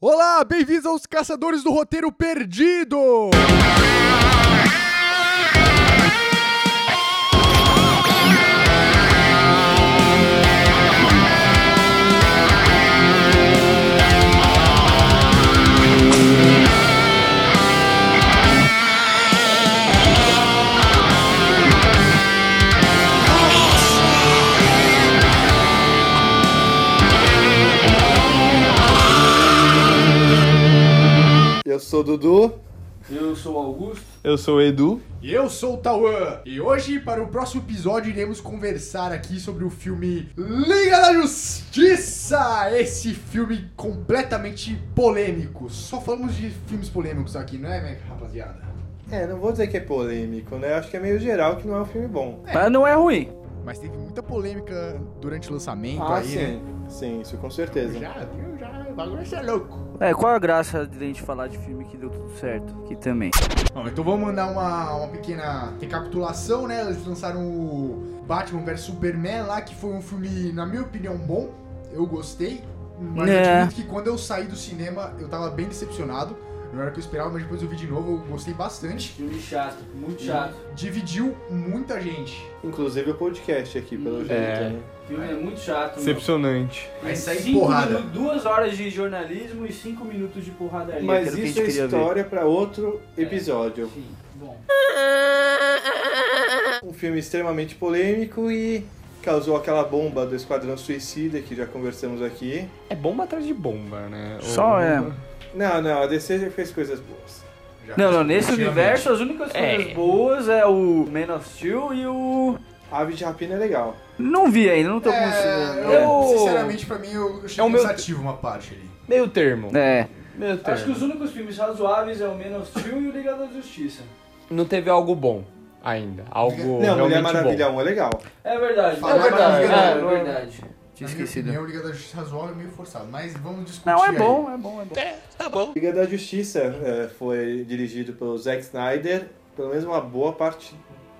Olá, bem-vindos aos Caçadores do Roteiro Perdido! Eu sou o Dudu. Eu sou o Augusto. Eu sou o Edu. E eu sou o Tauan, e hoje, para o próximo episódio, iremos conversar aqui sobre o filme Liga da Justiça! Esse filme completamente polêmico. Só falamos de filmes polêmicos aqui, não é, rapaziada? É, não vou dizer que é polêmico, né? Acho que é meio geral que não é um filme bom. Mas não é ruim. Mas teve muita polêmica durante o lançamento ah, aí, né? sim. Sim, isso com certeza. Já, viu? Já, o bagulho é louco. É, qual a graça de a gente falar de filme que deu tudo certo? Que também. Bom, então vamos mandar uma, uma pequena recapitulação, né? Eles lançaram o Batman vs Superman lá, que foi um filme, na minha opinião, bom. Eu gostei. Mas eu É. admito que quando eu saí do cinema, eu tava bem decepcionado. Não era o que eu esperava, mas depois eu vi de novo, eu gostei bastante. Filme chato, muito chato. Dividiu muita gente. Inclusive o podcast aqui, pelo jeito. É. né? O filme é muito chato. meu. Decepcionante. Aí sai Cinco porrada. minu- duas horas de jornalismo e cinco minutos de porradaria. Mas aquilo que a isso gente é queria ver. história pra outro episódio. Enfim, bom. Um filme extremamente polêmico e causou aquela bomba do Esquadrão Suicida que já conversamos aqui. É bomba atrás de bomba, né? Só Ou- é. Não, não, a DC já fez coisas boas. Já Não, fez não, nesse definitivamente. universo as únicas coisas É. boas é o Man of Steel e o. Ave de Rapina é legal. Não vi ainda, não tô né? conseguindo. É, eu, sinceramente, pra mim, eu, eu achei É o meu- cansativo uma parte ali. Meio termo. É. Meio termo. Acho que os únicos filmes razoáveis é o Man of Steel e o Liga da Justiça. Não teve algo bom ainda. Algo não, Mulher realmente Maravilha bom. 1 é legal. É verdade. Fala, é verdade. mas- é verdade. Tinha Na esquecido. Minha opinião, Liga da Justiça razoável é meio forçado, mas vamos discutir. Não, é aí. bom, é bom, é bom. Liga da Justiça eh, foi dirigido pelo Zack Snyder, pelo menos uma boa parte.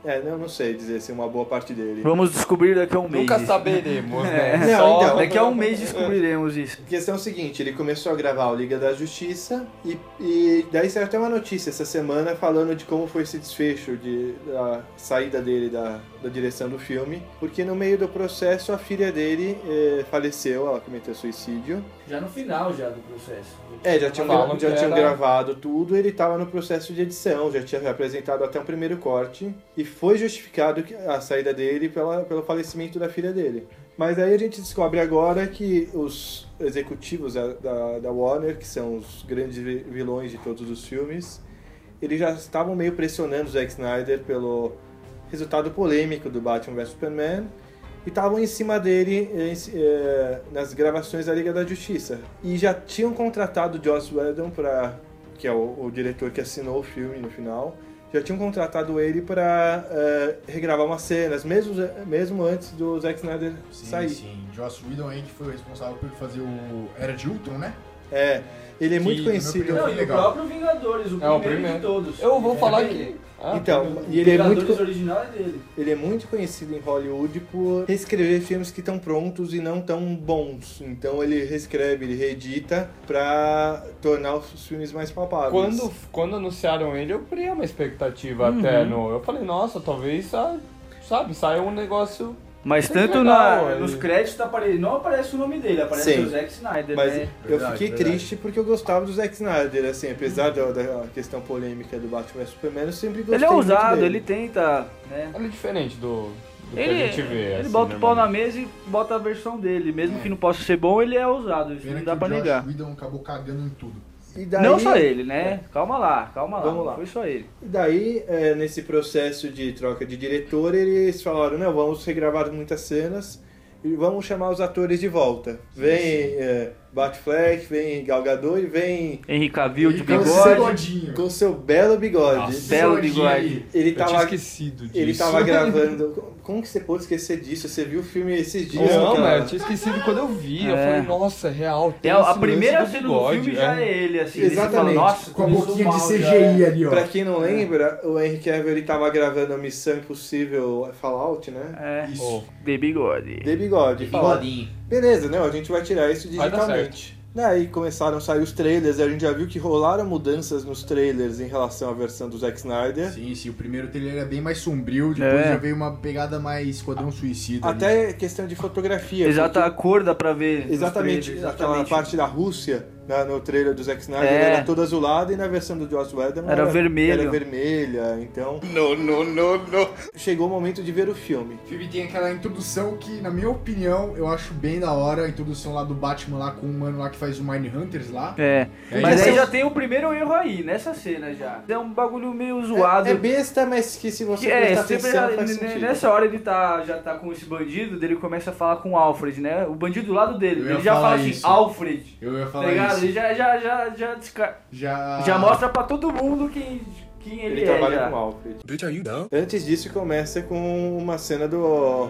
É, não, não sei dizer se uma boa parte dele. Vamos descobrir daqui a um mês. Nunca isso. saberemos, né? É. Só... Não, então. Daqui a um mês descobriremos isso. A questão é o seguinte, ele começou a gravar o Liga da Justiça e, e daí saiu até uma notícia essa semana falando de como foi esse desfecho de, da saída dele da, da direção do filme, porque no meio do processo a filha dele eh, faleceu, ela cometeu suicídio. Já no final já do processo. É, já tinham, Falam já que tinham era- gravado tudo, ele estava no processo de edição, já tinha apresentado até um primeiro corte e foi justificado que- a saída dele pela, pelo falecimento da filha dele. Mas aí a gente descobre agora que os executivos da, da, da Warner, que são os grandes vi- vilões de todos os filmes, eles já estavam meio pressionando o Zack Snyder pelo resultado polêmico do Batman vs Superman e estavam em cima dele eh, em ci- eh, nas gravações da Liga da Justiça. E já tinham contratado o Joss Whedon para que é o, o diretor que assinou o filme no final, já tinham contratado ele para regravar umas cenas, mesmo, mesmo antes do Zack Snyder Sim, sair. sim. Joss Whedon aí que foi o responsável por fazer o Era de Ultron, né? É, ele é Que, muito no meu conhecido. Não, foi e o legal. próprio Vingadores, o É, primeiro, o primeiro. de todos. Eu vou É falar dele. aqui. Ah, Então, um e ele é Vingadores muito original é dele. Ele é muito conhecido em Hollywood por reescrever filmes que estão prontos e não tão bons. Então ele reescreve, ele reedita pra tornar os filmes mais palpáveis. Quando, quando anunciaram ele, eu criei uma expectativa Uhum. até no. Eu falei, nossa, talvez, sa- sabe, saia um negócio. Mas Foi tanto legal, na, é. nos Nos créditos tá apare... não aparece o nome dele, aparece Sim. o Zack Snyder, Mas é né? eu Verdade, fiquei verdade. triste porque eu gostava do Zack Snyder, assim, apesar da, da questão polêmica do Batman vs Superman, eu sempre gostei Ele é muito ousado, dele. ele tenta, né? Olha diferente do, do que a Ele, gente vê. ele assim, bota o pau na normalmente. mesa e bota a versão dele. Mesmo que não possa ser bom, ele é ousado. Isso Pena não que dá o pra Joss negar. Whedon acabou cagando em tudo. E daí- Não só ele, né? Calma lá, calma lá. Vamos não lá. Foi só ele. E daí, é, nesse processo de troca de diretor, eles falaram, não, vamos regravar muitas cenas e vamos chamar os atores de volta. Vem é, Batfleck, vem Gal Gadot e vem Henry Cavill de Ele cansou o bigode. bigodinho. com seu belo bigode. Então, Nossa, belo Bigodinho bigode. ali. Ele Eu tinha tava, esquecido disso. ele tava gravando... Como que você pôde esquecer disso? Você viu o filme esses dias? Não, cara? mas eu tinha esquecido quando eu vi. Eu É. falei, nossa, é real. É, tem esse a lance primeira do cena do bigode, filme é. já é ele, assim. Ele Exatamente. fala, Nossa, Com a começou boquinha de mal, CGI já. ali, ó. Pra quem não É. lembra, o Henry Cavill ele tava gravando a Missão Impossível Fallout, né? É, Isso. Oh. de bigode. De bigode. Fala- Beleza, não, a gente vai tirar isso Vai dar digitalmente. Daí começaram a sair os trailers, e a gente já viu que rolaram mudanças nos trailers em relação à versão do Zack Snyder. Sim, sim, o primeiro trailer é bem mais sombrio, depois É. já veio uma pegada mais Esquadrão Suicida. ali. Até questão de fotografia. Exata a porque- cor dá tá pra ver. nos Exatamente, trailers, aquela exatamente. parte da Rússia na- no trailer do Zack Snyder É. era toda azulada e na versão do Joss Whedon Era vermelho. Era vermelha, então Não, não, não, não. chegou o momento de ver o filme. O filme tem aquela introdução que, na minha opinião, eu acho bem da hora, a introdução lá do Batman lá com o mano lá que faz o Mindhunters lá. É. É, Mas isso. aí já tem o primeiro erro aí, nessa cena já. É um bagulho meio zoado. É, é besta, mas que se você Que é, prestar sempre atenção já- faz n- sentido. nessa hora ele tá, já tá com esse bandido, dele começa a falar com o Alfred, né? O bandido do lado dele. Eu ia Ele já falar fala assim, isso. Alfred. Eu ia Tá falar ligado? isso. Ele já, já, já, já, desca- Já... já mostra pra todo mundo quem, quem Ele ele, é. trabalha já. com Alfred. Antes disso começa com uma cena do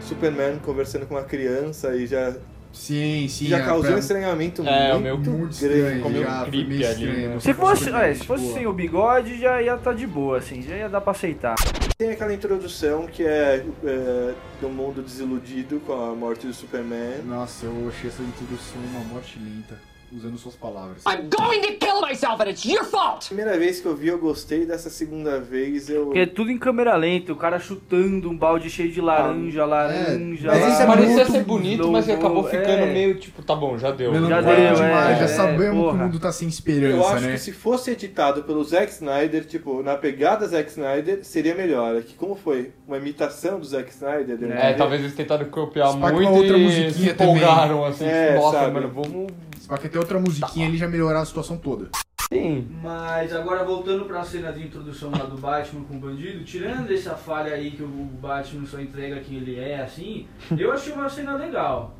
Superman conversando com uma criança e já, Sim, sim. já é, causou pra- um estranhamento É, o muito meu- muito grande. estranho, Como um já, foi creep meio ali, estranho. né? não Se foi tipo, uma fosse, coisa é, se muito fosse boa. sem o bigode, já ia tá de boa, assim, já ia dar pra aceitar. Tem aquela introdução que é, é, do mundo desiludido com a morte do Superman. Nossa, eu achei essa introdução uma morte lenta, usando suas palavras. I'm going to kill myself and it's your fault! Primeira vez que eu vi, eu gostei. Dessa segunda vez, eu. Porque é tudo em câmera lenta, o cara chutando um balde cheio de laranja, laranja. Mas isso é laranja. Parecia muito ser bonito, mas slow-mo, acabou ficando é. meio tipo, tá bom, já deu. Melancolado Já deu, demais, é, já é, sabemos que o porra. mundo tá sem Eu esperança, acho né? que se fosse editado pelo Zack Snyder, tipo, na pegada Zack Snyder, seria melhor. É que como foi uma imitação do Zack Snyder, né? É, talvez eles tentaram copiar Spark uma muito outra e se musiquinha também. empolgaram, assim, É, tipo, nossa, sabe? mano, vamos... Só que até outra Tá. musiquinha ele já melhorar a situação toda. Sim. Mas agora voltando pra cena de introdução lá do Batman com o bandido, tirando essa falha aí que o Batman só entrega quem ele é, assim, eu achei uma cena legal.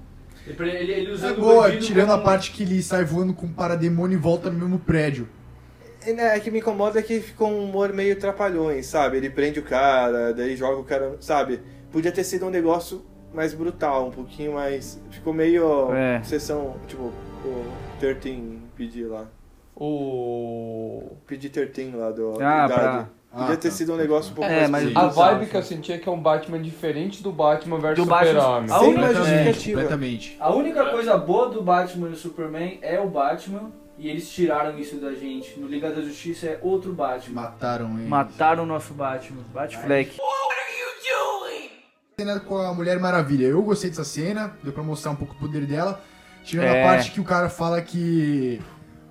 Ele, ele- ele É usando o boa, bandido tirando a um como- parte que ele sai voando com o parademônio e volta no mesmo prédio. E, né, É que me incomoda que ficou um humor meio trapalhões, sabe? Ele prende o cara, daí joga o cara, sabe? Podia ter sido um negócio mais brutal, um pouquinho mais. Ficou meio. É. Sessão, tipo, o 13 pedir lá. O... Pedir 13 lá do. Ah, idade. pra- Podia Ah, ter tá. sido um negócio um pouco É, mais. mas- brutal. A Exato. vibe que eu senti é que é um Batman diferente do Batman versus Do Batman- Super-Homem. A única Completamente, justificativa. Completamente. A única coisa boa do Batman e do Superman é o Batman, e eles tiraram isso da gente. No Liga da Justiça é outro Batman. Mataram ele. Mataram o nosso Batman, Batfleck. Cena com a Mulher Maravilha. Eu gostei dessa cena, deu pra mostrar um pouco o poder dela. Tirando É. a parte que o cara fala que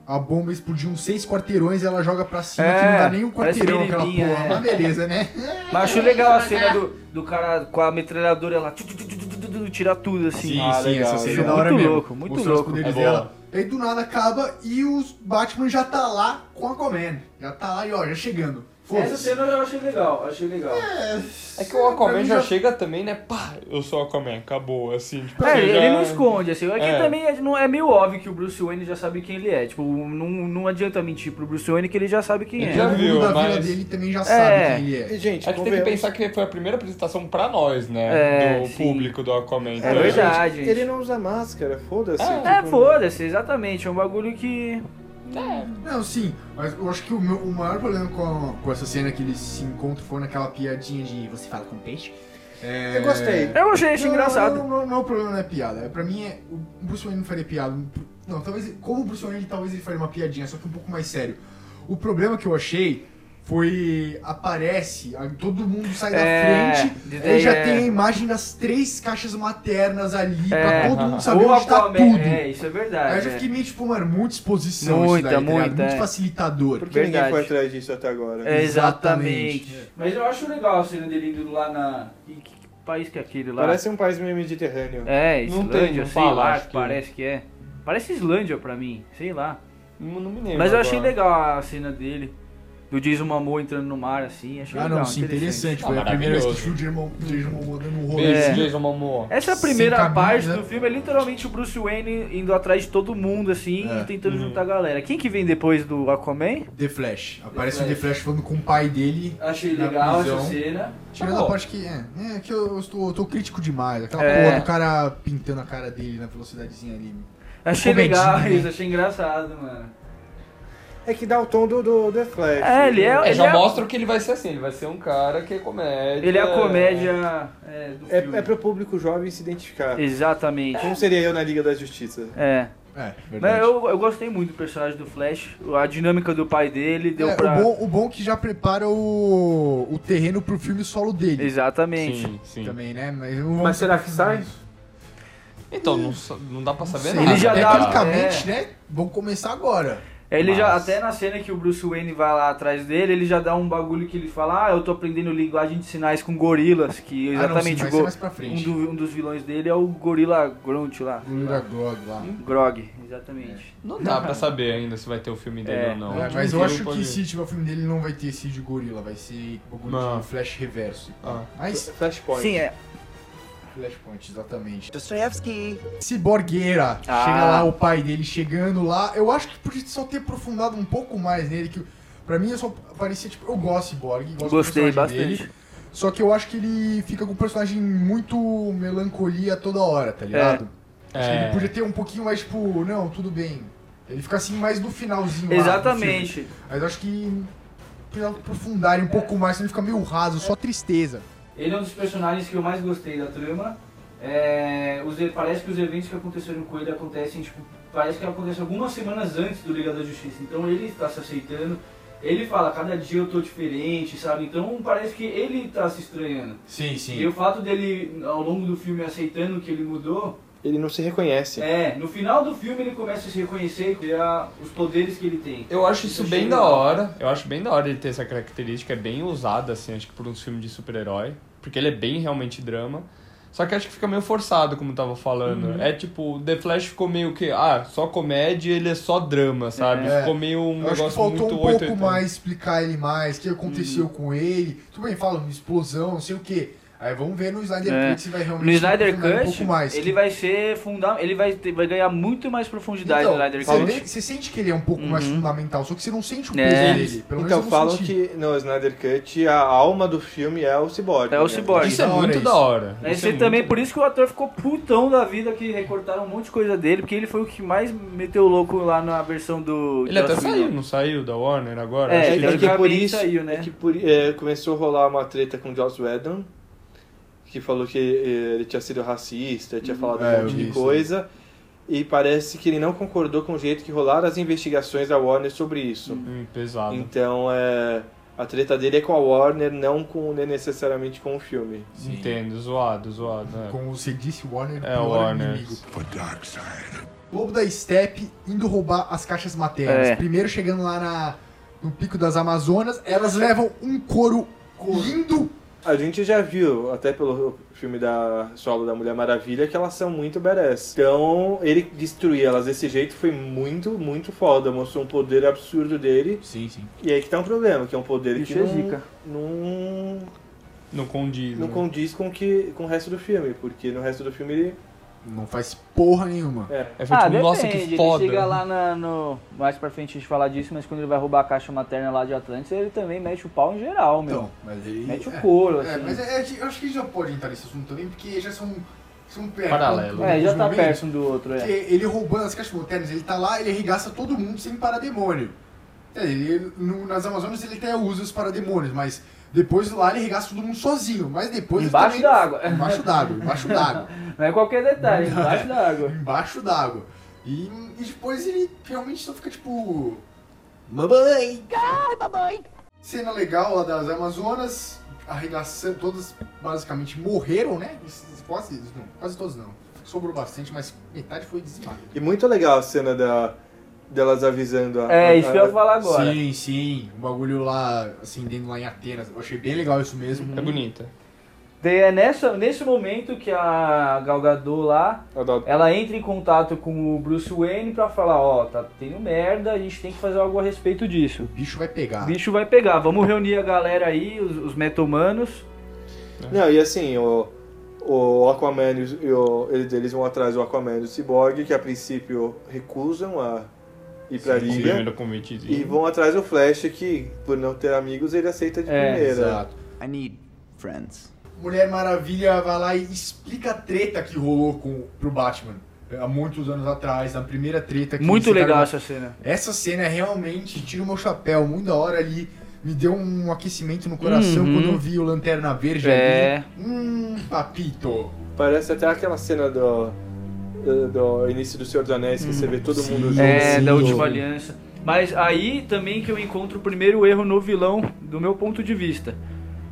a bomba explodiu uns seis quarteirões e ela joga pra cima, É, que não dá nem um parece quarteirão aquela porra. menininha, é. Mas beleza, né? Mas acho legal a cena do, do cara com a metralhadora lá, tu, tu, tu, tu, tu, tu, tu, tirar tudo assim. Ah, legal, legal. é da hora Muito mesmo. louco, muito Mostrou os louco. poderes É boa. dela. Aí do nada acaba e o Batman já tá lá com a Aquaman. Já tá lá e ó, já chegando. Essa cena eu achei legal, achei legal. É que o Pra Aquaman mim já- já chega também, né? Pá, eu sou o Aquaman, acabou, assim. Tipo, É, você ele já- não esconde, assim. É que É. também é, não, é meio óbvio que o Bruce Wayne já sabe quem ele é. Tipo, não, não adianta mentir pro Bruce Wayne que ele já sabe quem Ele é. já Todo mundo viu, da vila mas- dele também já sabe quem ele E, é. gente, É que tem que convenhamos- pensar que foi a primeira apresentação pra nós, né? É, do sim. público do Aquaman. então, É verdade, gente. Ele não usa máscara, foda-se. É, tipo, foda-se, exatamente. É um bagulho que. Não, sim, mas eu acho que o, meu- o maior problema com, a- com essa cena que eles se encontram foi naquela piadinha de você fala com peixe. É... Eu gostei. Eu achei isso Não, engraçado. Não, não, não, não, o problema não é piada. Pra mim, é, o Bruce Wayne não faria piada. Não, talvez. Como o Bruce Wayne, talvez ele faria uma piadinha, só que um pouco mais sério. O problema que eu achei foi. Aparece, aí todo mundo sai É, da frente. de- Aí já é. tem a imagem das três caixas maternas ali, É, pra todo ah, mundo saber Ou Tá onde tá Aquaman- tudo. É, isso é verdade. Aí eu já é. fiquei meio tipo, mano, muita exposição Muita, isso daí, tá ligado? muita, muito é. facilitador. Por que ninguém Verdade. foi atrás disso até agora? É, exatamente. Mas eu acho legal a cena dele indo lá na. E que que país que é aquele lá? Parece um país meio mediterrâneo. É, Não Islândia, tem, sei não fala, lá, acho que- parece que é. Parece Islândia pra mim, sei lá. Não, não me lembro. Mas eu achei agora. legal a cena dele. Do Jason Momoa entrando no mar, assim, achei Ah, legal, não, sim, interessante. Foi Ah, a primeira vez que maravilhoso. o Jermão dando um rolê. Beijo, É. Jason Momoa. Sem Essa né? primeira camisa. parte do filme é literalmente o Bruce Wayne indo atrás de todo mundo, assim, É. e tentando Uhum. juntar a galera. Quem que vem depois do Aquaman? The Flash. Aparece The É. o The Flash falando com o pai dele. Tá Achei Na legal prisão. essa cena. Tirando bom. a parte que. É, é que eu, eu tô, eu tô crítico demais. Aquela É. porra do cara pintando a cara dele na velocidadezinha ali. Achei Comedinha, legal né? isso. Isso, achei engraçado, mano. É que dá o tom do, do The Flash. É, ele é, É, ele já é, mostra o que ele vai ser assim, ele vai ser um cara que é comédia. ele é a comédia é, do É, filme. é pro público jovem se identificar. Exatamente. Como seria eu na Liga da Justiça? É. É, Né, verdade. eu, eu gostei muito do personagem do Flash, a dinâmica do pai dele deu É, pra. o, bom, o bom que já prepara o, o terreno pro filme solo dele Exatamente. Sim, sim. também, né? Mas, não vamos- Mas será que sai? Então, não, sa- não dá pra saber Sei, nada. Ele já né, dá- cara? Tecnicamente, né? Vamos começar agora. É, Ele já, Mas- até na cena que o Bruce Wayne vai lá atrás dele, ele já dá um bagulho que ele fala, ah, eu tô aprendendo linguagem de sinais com gorilas, que Ah, não, sim, exatamente vai o ser go- mais pra um, frente. Hum. do- um dos vilões dele é o gorila Grunt lá, Gorilla Glog lá. Grog, exatamente. Não dá pra saber ainda se vai ter Então, o filme dele É. ou não. É, mas eu Não acho pode- que se tiver o filme dele, não vai ter esse de gorila, vai ser bagulho Não. de flash reverso. Ah. Mas Flashpoint. Sim, é. flashpoint, exatamente. Dostoevsky. Ciborgueira, Ah. chega lá o pai dele chegando lá. Eu acho que podia só ter aprofundado um pouco mais nele, que pra mim eu só parecia, tipo, eu gosto de Cyborg, gosto do Gostei personagem bastante. dele. Só que eu acho que ele fica com um personagem muito melancolia toda hora, É. tá ligado? Acho que ele É. podia ter um pouquinho mais, tipo, não, tudo bem. Ele fica assim mais no finalzinho. lá do filme. Exatamente. Mas eu acho que precisava aprofundar um pouco mais, senão ele fica meio raso, só tristeza. Ele é um dos personagens que eu mais gostei da trama. É, os e- parece que os eventos que aconteceram com ele acontecem, tipo, parece que acontecem algumas semanas antes do Liga da Justiça. Então ele está se aceitando. Ele fala, cada dia eu tô diferente, sabe? Então parece que ele tá se estranhando. Sim, E o fato dele, ao longo do filme, aceitando que ele mudou, Ele não se reconhece. é, no final do filme ele começa a se reconhecer e criar os poderes que ele tem. Eu acho isso Eu bem achei da legal. hora. Eu acho bem da hora ele ter essa característica. É bem usada, assim, acho que por uns filmes de super-herói. Porque ele é bem realmente drama. Só que acho que fica meio forçado, como eu tava falando. Uhum. É tipo, The Flash ficou meio que, ah, só comédia e ele é só drama, sabe? É. Ficou meio um Eu acho negócio que faltou muito um 8, pouco mais explicar ele mais, o que aconteceu com ele. Tudo bem, fala, uma explosão, não sei o quê. Aí vamos ver no Snyder É. Cut se vai realmente No Snyder aprofundar Cut, um pouco mais. ele vai ser fundamental, ele vai, ter- vai ganhar muito mais profundidade Então, no Snyder você, Cut. vê- você sente que ele é um pouco mais Uhum. fundamental, só que você não sente o peso É. dele. Pelo menos então, eu não falam senti. que no Snyder Cut a alma do filme é o Cyborg. É o né? Cyborg. Isso é Da hora muito isso. da hora. Aí Isso você é também, muito por isso que o ator ficou putão da vida que recortaram um monte de coisa dele, porque ele foi o que mais meteu o louco lá na versão do. Ele até Joss Whedon. saiu, não saiu da Warner agora? É, Acho que É, que por teoricamente isso saiu, né? é que por- é, começou a rolar uma treta com o Joss Whedon, que falou que eh, ele tinha sido racista, tinha Uhum. falado É, um eu monte vi de isso coisa, e parece que ele não concordou com o jeito que rolaram as investigações da Warner sobre isso. Uhum. Hum, pesado. Então, é, a treta dele é com a Warner, não com né, necessariamente com o filme. Sim. Entendo, zoado, zoado. é. Como você disse, Warner É, o pior Warner. inimigo. Lobo da Steppe indo roubar as caixas maternas. É. Primeiro chegando lá na- no Pico das Amazonas, elas levam um couro lindo. A gente já viu, até pelo filme da solo da Mulher Maravilha, que elas são muito badass. Então, ele destruir elas desse jeito foi muito, muito foda. Mostrou um poder absurdo dele. Sim, sim. E aí que tá um problema, que é um poder Isso que é não, zica. não, Não condiz. não né? condiz com, que, com o resto do filme, porque no resto do filme ele... Não faz porra nenhuma. É, É feito, Ah, tipo, depende. nossa, que foda. Ele chega lá na- no. Mais pra frente a gente falar disso, mas quando ele vai roubar a caixa materna lá de Atlantis, ele também mete o pau em geral, meu. Então, mas ele... mete o é. couro, É, assim. mas é- é- eu acho que já pode entrar nesse assunto também, porque já são, são perto. Paralelo. É, já tá momentos, perto um do outro, Porque é. ele roubando as caixas maternas, ele tá lá, ele arregaça todo mundo sem parademônio. É, Ele, no- nas Amazonas ele até usa os parademônios, mas depois lá ele arregaça todo mundo sozinho. Mas depois ele Embaixo também- d'água. Embaixo d'água, embaixo d'água. Não é qualquer detalhe, embaixo da água. embaixo d'água. E, e depois ele realmente só fica tipo. Mamãe. Ai, mamãe. Cena legal lá das Amazonas, arregaçando, todas basicamente morreram, né? Quase, não, quase todos não. Sobrou bastante, mas metade foi dizimada. e muito legal a cena da, delas avisando a... a- É, isso que eu ia a- falar agora. Sim, sim. O bagulho lá, acendendo lá em Atenas. Eu achei bem legal isso mesmo. Uhum. É bonita. Daí é nessa, nesse momento que a Galgador lá, a da- ela entra em contato com o Bruce Wayne pra falar, ó, tá tendo merda, a gente tem que fazer algo a respeito disso. O bicho vai pegar. O bicho vai pegar, vamos reunir a galera aí, os, os metomanos. Não, e assim, o, o Aquaman e os- e o, eles, eles vão atrás do Aquaman e do Cyborg, que a princípio recusam a ir pra Sim, liga. Primeiro E convitezinho. vão atrás do Flash, que por não ter amigos ele aceita de É, primeira. Exato. I need friends. Mulher Maravilha vai lá e explica a treta que rolou com, pro Batman. é, Há muitos anos atrás, na primeira treta É que tá Muito esse cara- legal essa cena. Essa cena é realmente, tira o meu chapéu, muito da hora ali. Me deu um aquecimento no coração Uhum. quando eu vi o Lanterna Verde É. ali. Hum, papito. Parece até aquela cena do eh, do início do Senhor dos Anéis, que você vê todo mundo junto. É, assim, da do- última aliança. Mas aí também que eu encontro o primeiro erro no vilão, do meu ponto de vista.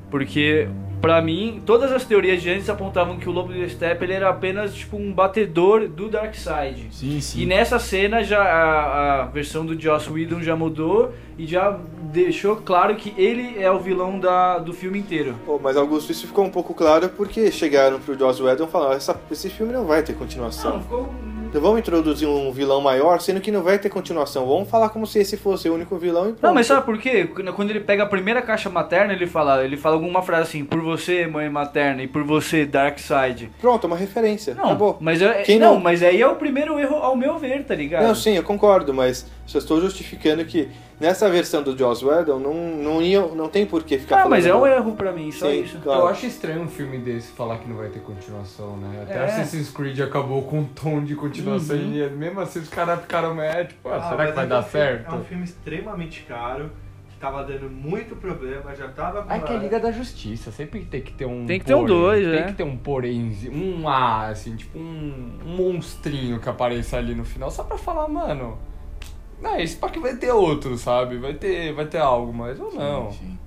Porque, pra mim, todas as teorias de antes apontavam que o Lobo do Step ele era apenas tipo um batedor do Darkseid. Sim, sim. E nessa cena já a, a versão do Joss Whedon já mudou e já deixou claro que ele é o vilão da, do filme inteiro. Pô, mas Augusto, isso ficou um pouco claro porque chegaram pro Joss Whedon e falaram: "Essa- esse filme não vai ter continuação. Não, ficou. Então vamos introduzir um vilão maior, sendo que não vai ter continuação. Vamos falar como se esse fosse o único vilão e pronto. Não, mas sabe por quê? Quando quando ele pega a primeira caixa materna, ele fala, ele fala alguma frase assim, por você, mãe materna, e por você, Darkseid. Pronto, é uma referência. Não, Acabou. mas é- Quem não, não- mas aí é o primeiro erro ao meu ver, tá ligado? Não, sim, eu concordo, mas só estou justificando que nessa versão do Joss Whedon não, não, ia, não tem por que ficar ah, falando. mas é um erro pra mim, só Sim, isso. claro. Eu acho estranho um filme desse falar que não vai ter continuação, né? Até É. Uhum. Assassin's Creed acabou com um tom de continuação e mesmo assim os caras ficaram é, tipo, ah, será mas que vai é dar um filme- certo? É um filme extremamente caro, que tava dando muito problema, já tava com Ah, é uma- que é Liga da Justiça, sempre tem que ter um. Tem que ter um porém, dois, Tem né? que ter um porémzinho, um A, assim, tipo um, um monstrinho que apareça ali no final, só pra falar, mano. Não, é esse parque vai ter outro, sabe? Vai ter, vai ter algo, mas ou não. Sim.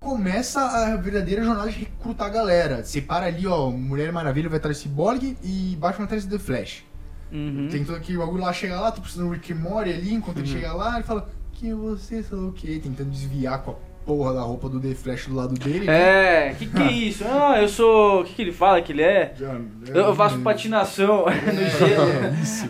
Começa a verdadeira jornada de recrutar a galera. Separa ali, ó, Mulher Maravilha vai atrás de Cyborg e Batman atrás de The Flash. Uhum. Tem todo aquele bagulho lá, chega lá, tu precisa do Rick and Morty ali, enquanto ele chega lá, ele fala, quem é você, sei lá o quê, tentando desviar com a porra da roupa do The Flash do lado dele. É, que que é isso? Ah, eu sou... O que que ele fala que ele é? Já- Eu faço patinação no gelo. É. Isso.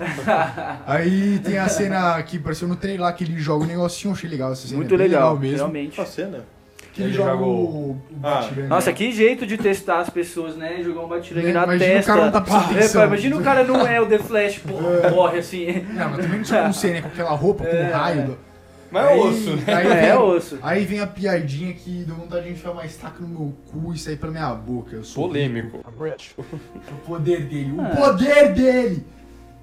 Aí tem a cena que apareceu no trailer lá, que ele joga o negocinho, achei legal essa cena. é Muito bem legal, mesmo. realmente. Ah. Uma cena. Que ele, Ele joga joga o... o Batman, Nossa, né? que jeito de testar as pessoas, né? Jogar um batirangue Né? na Imagina o testa. cara não tá prestando É, atenção. pô, imagina o cara não é o The Flash, pô, morre assim. Não, mas também não sei como ser, né? Com aquela roupa, com o raio. do- Mas é Aí- osso, né? Aí É, vem- osso. Aí vem a piadinha que deu vontade de enfiar uma estaca no meu cu e sair pra minha boca. Eu sou Polêmico. O poder dele, o poder dele!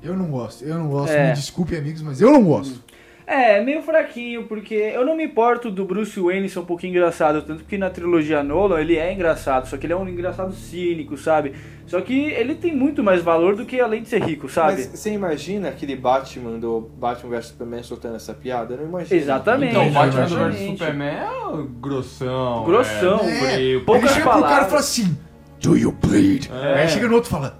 Eu não gosto, eu não gosto. É. Me desculpe, amigos, mas eu não gosto. É, meio fraquinho, porque eu não me importo do Bruce Wayne ser um pouquinho engraçado, tanto que na trilogia Nolan ele é engraçado, só que ele é um engraçado cínico, sabe? Só que ele tem muito mais valor do que além de ser rico, sabe? Mas você imagina aquele Batman do Batman vs Superman soltando essa piada? Eu não imagino. Exatamente. Então, o Batman vs exatamente. Superman é o grossão. Grossão, é, É, frio, poucas Ele chega pro cara e palavras. fala assim: Do you bleed? É. Aí chega no outro e fala: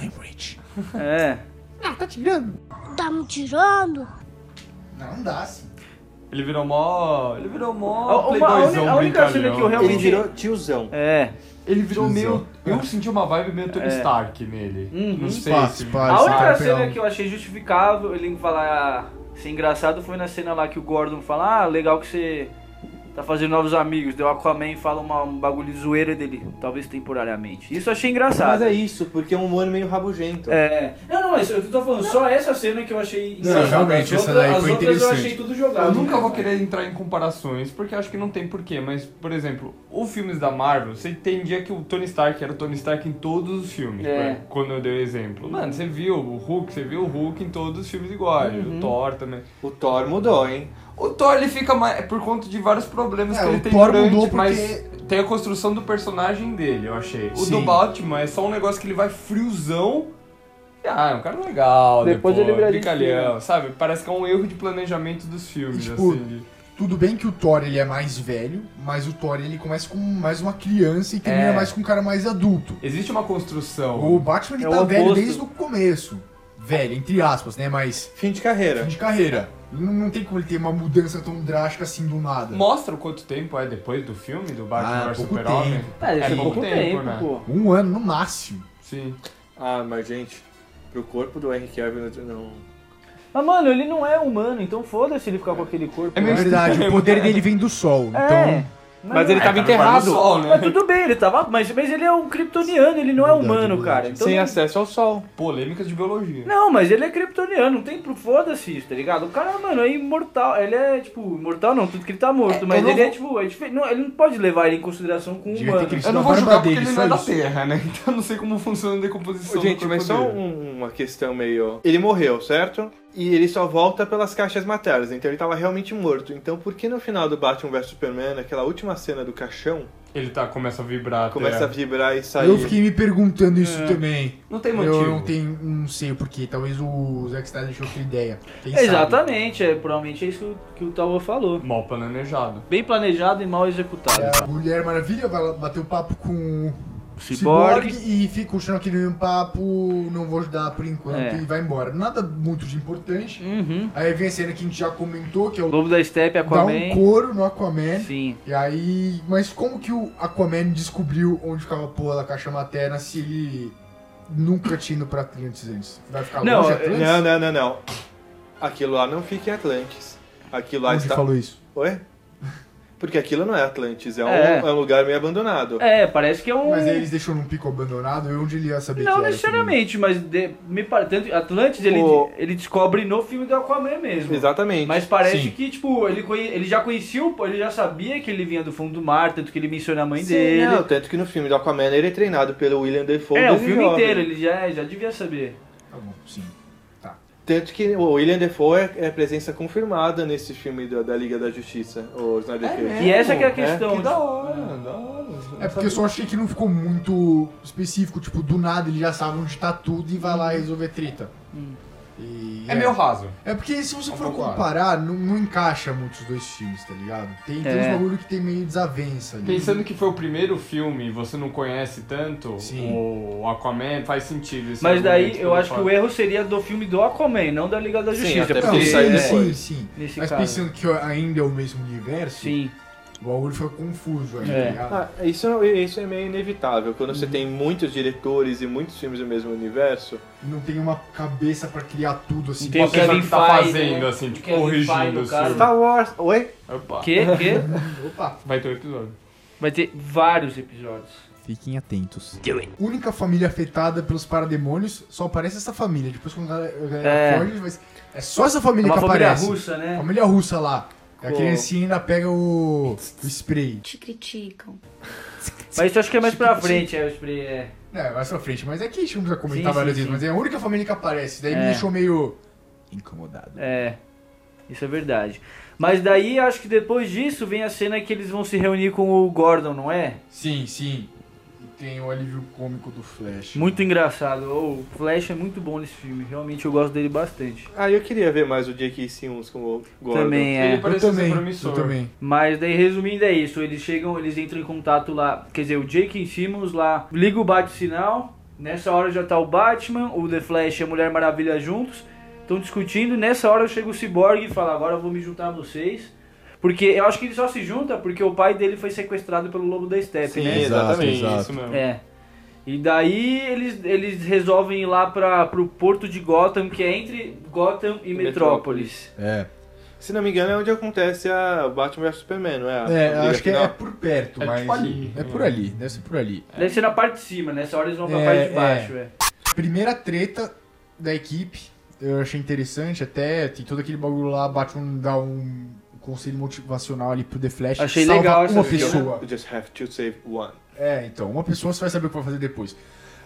I'm rich. É. Ah, tá tirando? Tá me tirando? Não, não dá assim. Ele virou mó. Ele virou mó. A- uma- a playboyzão uni- a única cena brincalhão. que eu realmente- Ele virou tiozão. É. Ele virou meio. Tiozão. Eu senti uma vibe meio Tony Stark nele. Uhum. Não sei Pá, se. pá, A única Stark, cena é um- que eu achei justificável ele falar ser engraçado foi na cena lá que o Gordon fala: Ah, legal que você tá fazendo novos amigos. Deu Aquaman e fala uma- um bagulho de zoeira dele, talvez temporariamente. Isso eu achei engraçado. Mas é isso, porque é um humor meio rabugento. É. Não, não, mas eu tô falando só essa cena que eu achei Não, realmente, essa daí foi interessante. tudo jogado. Eu né, nunca vou querer entrar em comparações, porque acho que não tem porquê, mas, por exemplo, os filmes da Marvel, você entendia que o Tony Stark era o Tony Stark em todos os filmes, É. né? quando eu dei o exemplo. Mano, você viu o Hulk, você viu o Hulk em todos os filmes iguais, Uhum. o Thor também. O Thor mudou, hein? O Thor, ele fica mais... é por conta de vários problemas É, que ele o tem Thor durante, mudou porque- mas tem a construção do personagem dele, eu achei. O do Sim. Batman é só um negócio que ele vai friozão... e, Ah, é um cara legal, Depois depois, ele vira brincalhão, sabe? Parece que é um erro de planejamento dos filmes, Tipo, assim. de- Tudo bem que o Thor ele é mais velho, mas o Thor ele começa com mais uma criança e É. termina mais com um cara mais adulto. Existe uma construção. O Batman ele É o tá velho oposto. desde o começo. Velho, entre aspas, né? Mas Fim de carreira. fim de carreira. Não, não tem como ele ter uma mudança tão drástica assim do nada. Mostra o quanto tempo é depois do filme do Ah, Batman vs pouco Super-Homem. tempo. É, É pouco, pouco tempo, tempo, né? pô. Um ano no máximo. Sim. Ah, mas gente, pro corpo do Henry Cavill não... Mas, mano, ele não é humano, então foda-se ele ficar com aquele corpo. né? É Na meio verdade, o estranho, poder dele vem do sol. É. Então, Mas ele tava enterrado. Sol, né? Mas tudo bem, ele tava. Mas, mas ele é um kryptoniano, ele não é Verdade, humano, verdade. cara. Então Sem não- acesso ao sol. né? Polêmicas de biologia. Não, mas ele é kryptoniano, não tem pro foda-se isso, tá ligado? O cara, mano, é imortal. Ele é, tipo, imortal não, tudo que ele tá morto, mas eu não ele é, vou- tipo, é dife- não, ele não pode levar ele em consideração com um Devia ter humano. crescido. Eu não a vou barba julgar porque dele, ele só não é da isso. Terra, né? Então eu não sei como funciona a decomposição Gente, do mas corpo só dele. um- uma questão meio. Ele morreu, certo? E ele só volta pelas caixas maternas, então ele tava realmente morto. Então por que no final do Batman vs Superman, aquela última cena do caixão, Ele tá, começa a vibrar. começa É. até. a vibrar e Tá sair? Eu fiquei me perguntando isso também. Não tem motivo. Eu não tenho, não sei o porquê. Talvez o Zack Snyder deixou outra ideia. Quem sabe? Exatamente, é, provavelmente é isso que o- que o Tawa falou. Mal planejado. Bem planejado e mal executado. A Mulher Maravilha vai bater o papo com o Cyborg. e fica continuando aquele mesmo papo, não vou ajudar por enquanto É. e vai embora. Nada muito de importante. Uhum. Aí vem a cena que a gente já comentou, que é o Lobo da Steppe, dar um né? Aquaman. couro no Aquaman. Sim. E aí, mas como que o Aquaman descobriu onde ficava a porra da caixa materna se ele nunca tinha ido pra Atlantis antes? Vai ficar Não, longe de eh, Atlantis? Não, não, não, não. Aquilo lá não fica em Atlantis. Aquilo lá Onde está. falou isso? Oi? Porque aquilo não é Atlantis, é um, É. é um lugar meio abandonado. É, parece que é um. Mas aí eles deixaram num pico abandonado e onde ele ia saber que Não era necessariamente, mas de, me pare- tanto Atlantis ele, O- ele descobre no filme do Aquaman mesmo. Exatamente. Mas parece Sim. que, tipo, ele, conhe- ele já conhecia, o... ele já sabia que ele vinha do fundo do mar, tanto que ele menciona a mãe Sim, dele. não, tanto que no filme do Aquaman ele é treinado pelo William Defoe. é, o desde filme jovem. inteiro, ele já, já devia saber. aquilo? Tá bom, sim. Tanto que o William Defoe é, é presença confirmada nesse filme da, da Liga da Justiça, o Snyder Cut. E essa que é a questão. Que da hora, da hora. É porque eu só achei que não ficou muito específico, tipo, do nada ele já sabe onde tá tudo e vai lá resolver treta. E- É meio raso. É porque se você Um for pouco comparar, não, não encaixa muito os dois filmes, tá ligado? Tem, tem É. uns bagulho que tem meio desavença ali. Pensando que foi o primeiro filme e você não conhece tanto, Sim. o Aquaman faz sentido. esse Mas daí argumento eu ele acho que o fala. erro seria do filme do Aquaman, não da Liga da Sim, Justiça. até Não, porque sim, saiu sim, sim, depois. Nesse Mas caso. pensando que ainda é o mesmo universo, Sim. o bagulho fica confuso aí, É. tá ligado? Ah, isso, isso é meio inevitável. Quando Uhum. você tem muitos diretores e muitos filmes do mesmo universo, Não tem uma cabeça pra criar tudo assim. Não tem Uma Kevin pessoa que tá Feige, fazendo, né? assim, O tipo, Kevin Feige, corrigindo no o caso. filme. Star Wars. Oi? Opa. Que, que Opa! Vai ter um episódio. vai ter vários episódios. Fiquem atentos. Única família afetada pelos parademônios, só aparece essa família. Depois quando a galera- a galera É. foge, mas é só essa família É uma que família aparece. russa, né? Família russa lá. É a Pô. criancinha ainda pega o, o spray. Te criticam. Mas isso acho que é mais pra frente, é, o spray, é. É, mais pra frente, mas é que a gente não precisa comentar Sim, várias sim, vezes, mas é a única família que aparece. Daí É. me deixou meio. Incomodado. É, isso é verdade. Mas daí acho que depois disso vem a cena que eles vão se reunir com o Gordon, não é? Sim, sim. E Tem o alívio cômico do Flash. Muito engraçado. O Flash é muito bom nesse filme, realmente eu gosto dele bastante. Ah, eu queria ver mais o J.K. Simmons com o Gordon. Também Ele é. Eu parece ser também, promissor. eu também. Mas daí resumindo é isso, eles chegam, eles entram em contato lá, quer dizer, o Jake Simmons lá, liga o bate-sinal, nessa hora já tá o Batman, o The Flash e a Mulher Maravilha juntos, estão discutindo, nessa hora chega o Cyborg e fala, agora eu vou me juntar a vocês. Porque eu acho que ele só se junta porque o pai dele foi sequestrado pelo Lobo da Steppe, Sim, né? exatamente. Exato, Isso mesmo. É. E daí eles, eles resolvem ir lá pra, pro porto de Gotham, que é entre Gotham e Metrópolis. É. Se não me engano, é onde acontece a Batman vs Superman, não é? A É, briga acho que é final. por perto, É mas. tipo ali. É por ali, deve ser por ali. Deve ser na parte de cima, nessa hora eles vão pra É, parte de é. baixo, é. Primeira treta da equipe, eu achei interessante, até tem todo aquele bagulho lá, Batman dá um conselho motivacional ali pro The Flash. Achei que salva legal essa uma visão. pessoa. You just have to save one. É, então, uma pessoa você vai saber o que vai fazer depois.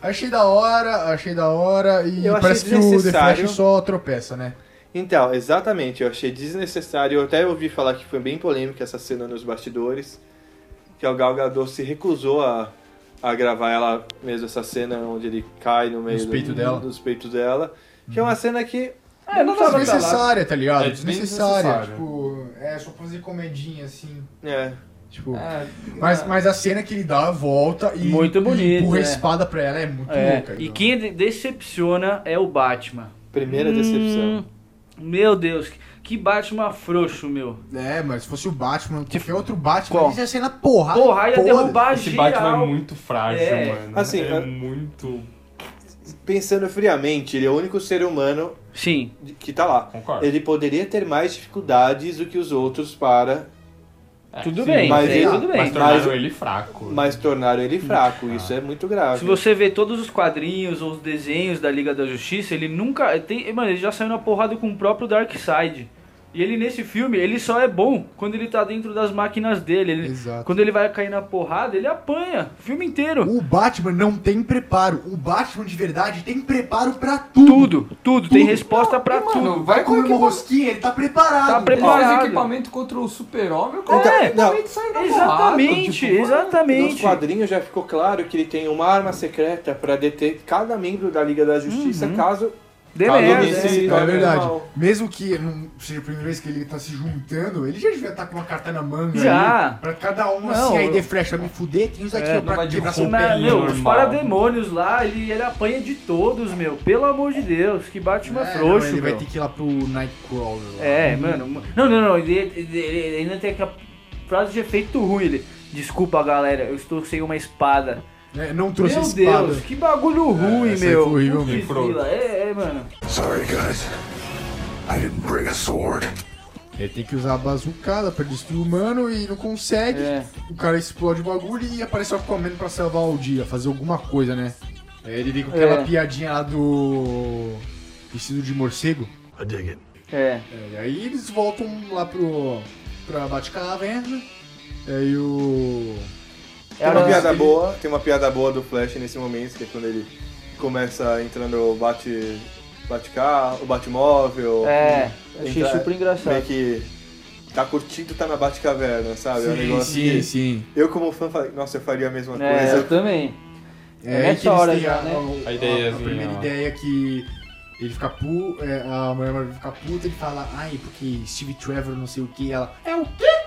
Achei da hora, achei da hora e Eu achei parece que o The desnecessário. Flash só tropeça, né? Então, exatamente, eu achei desnecessário. Eu até ouvi falar que foi bem polêmica essa cena nos bastidores, que o Gal Gadot se recusou a, a gravar ela mesmo essa cena onde ele cai no meio Nos do- peitos dela. Uhum. dos peitos dela, que é uma cena que É, não dá pra falar. desnecessária, tá ligado? É desnecessária. desnecessária. Tipo, é só pra fazer comedinha assim. é, Tipo, mas, mas a cena que ele dá a volta e, Muito e bonito, empurra é. a espada pra ela é muito É, louca. E então. quem de- decepciona é o Batman. primeira decepção. Hum, meu Deus, que- que Batman frouxo, meu. É, mas se fosse o Batman, qualquer outro Batman, Tipo, Qual? eles iam sair na porrada. Porra, ia Foda-se. derrubar Ah, Esse geral. Batman é muito frágil, É. mano. Assim, é eu- muito. Pensando friamente, ele é o único ser humano Sim, de- que tá lá. Concordo. Ele poderia ter mais dificuldades do que os outros para, É, tudo sim, bem, mas isso aí ele- tudo bem. Mas tornaram Mas- ele fraco. mas tornaram ele fraco. Isso é muito grave. Se você vê todos os quadrinhos ou os desenhos da Liga da Justiça, ele nunca. Tem, mano, ele já saiu na porrada com o próprio Darkseid. E ele nesse filme, ele só é bom quando ele tá dentro das máquinas dele. Ele- Exato. Quando ele vai cair na porrada, ele apanha. O filme inteiro. O Batman não tem preparo. O Batman de verdade tem preparo pra tudo. Tudo, tudo, tem resposta pra tudo. Uh, Mano, vai com Come uma equipamento. rosquinha, ele tá preparado. Tá Ele faz preparado. equipamento contra o super-homem, o É, cara não. literalmente sai na porrada, Exatamente, tipo, mano. Nos exatamente. quadrinhos já ficou claro que ele tem uma arma secreta pra deter cada membro da Liga da Justiça Uhum. caso Dê Tá no merda, início. é. se É torne verdade. mal. Mesmo que não seja a primeira vez que ele tá se juntando, ele já devia estar com uma carta na manga. Já. ali, pra cada um, Não, assim, aí eu- de flecha, me fuder, tem uns aqui É, ó, não pra vai de quebrar seu roupa, pé. Na, Superman meu, os normal. parademônios lá, ele, ele apanha de todos, meu. Pelo amor de Deus, que Batman É, não, frouxo, ele meu. vai ter que ir lá pro Nightcrawler. lá. Uhum. É, mano. Não, não, não. Ele, ele- ele ainda tem aquela frase de efeito ruim. Ele, Desculpa, galera, eu estou sem uma espada. É, não trouxe meu espada. É, Deus, que bagulho ruim, essa aí meu. foi horrível mesmo. Putz, grila, é, é, mano. Ele tem que usar a bazucada pra destruir o humano e não consegue. É. O cara explode o bagulho e aparece o Aquaman pra salvar o dia, fazer alguma coisa, né? Aí ele vem com aquela É. piadinha lá do vestido de morcego. É. É, e aí eles voltam lá pro. pra Batcaverna. E aí o. Tem uma Era- piada ele- boa, tem uma piada boa do Flash nesse momento, que é quando ele começa entrando o bate bate carro, o Batmóvel. É, achei Entra- super engraçado. Meio que tá curtindo, tá na Batcaverna, sabe? é um negócio que- sim. Eu como fã falei, nossa, eu faria a mesma É, eu coisa. também. É aí nessa que eles hora têm já, a, né? a- A ideiazinha, a primeira ó. ideia é que ele fica puto, a mulher Maravilha fica puta, ele fala, ai, porque Steve Trevor não sei o que, ela. É o quê?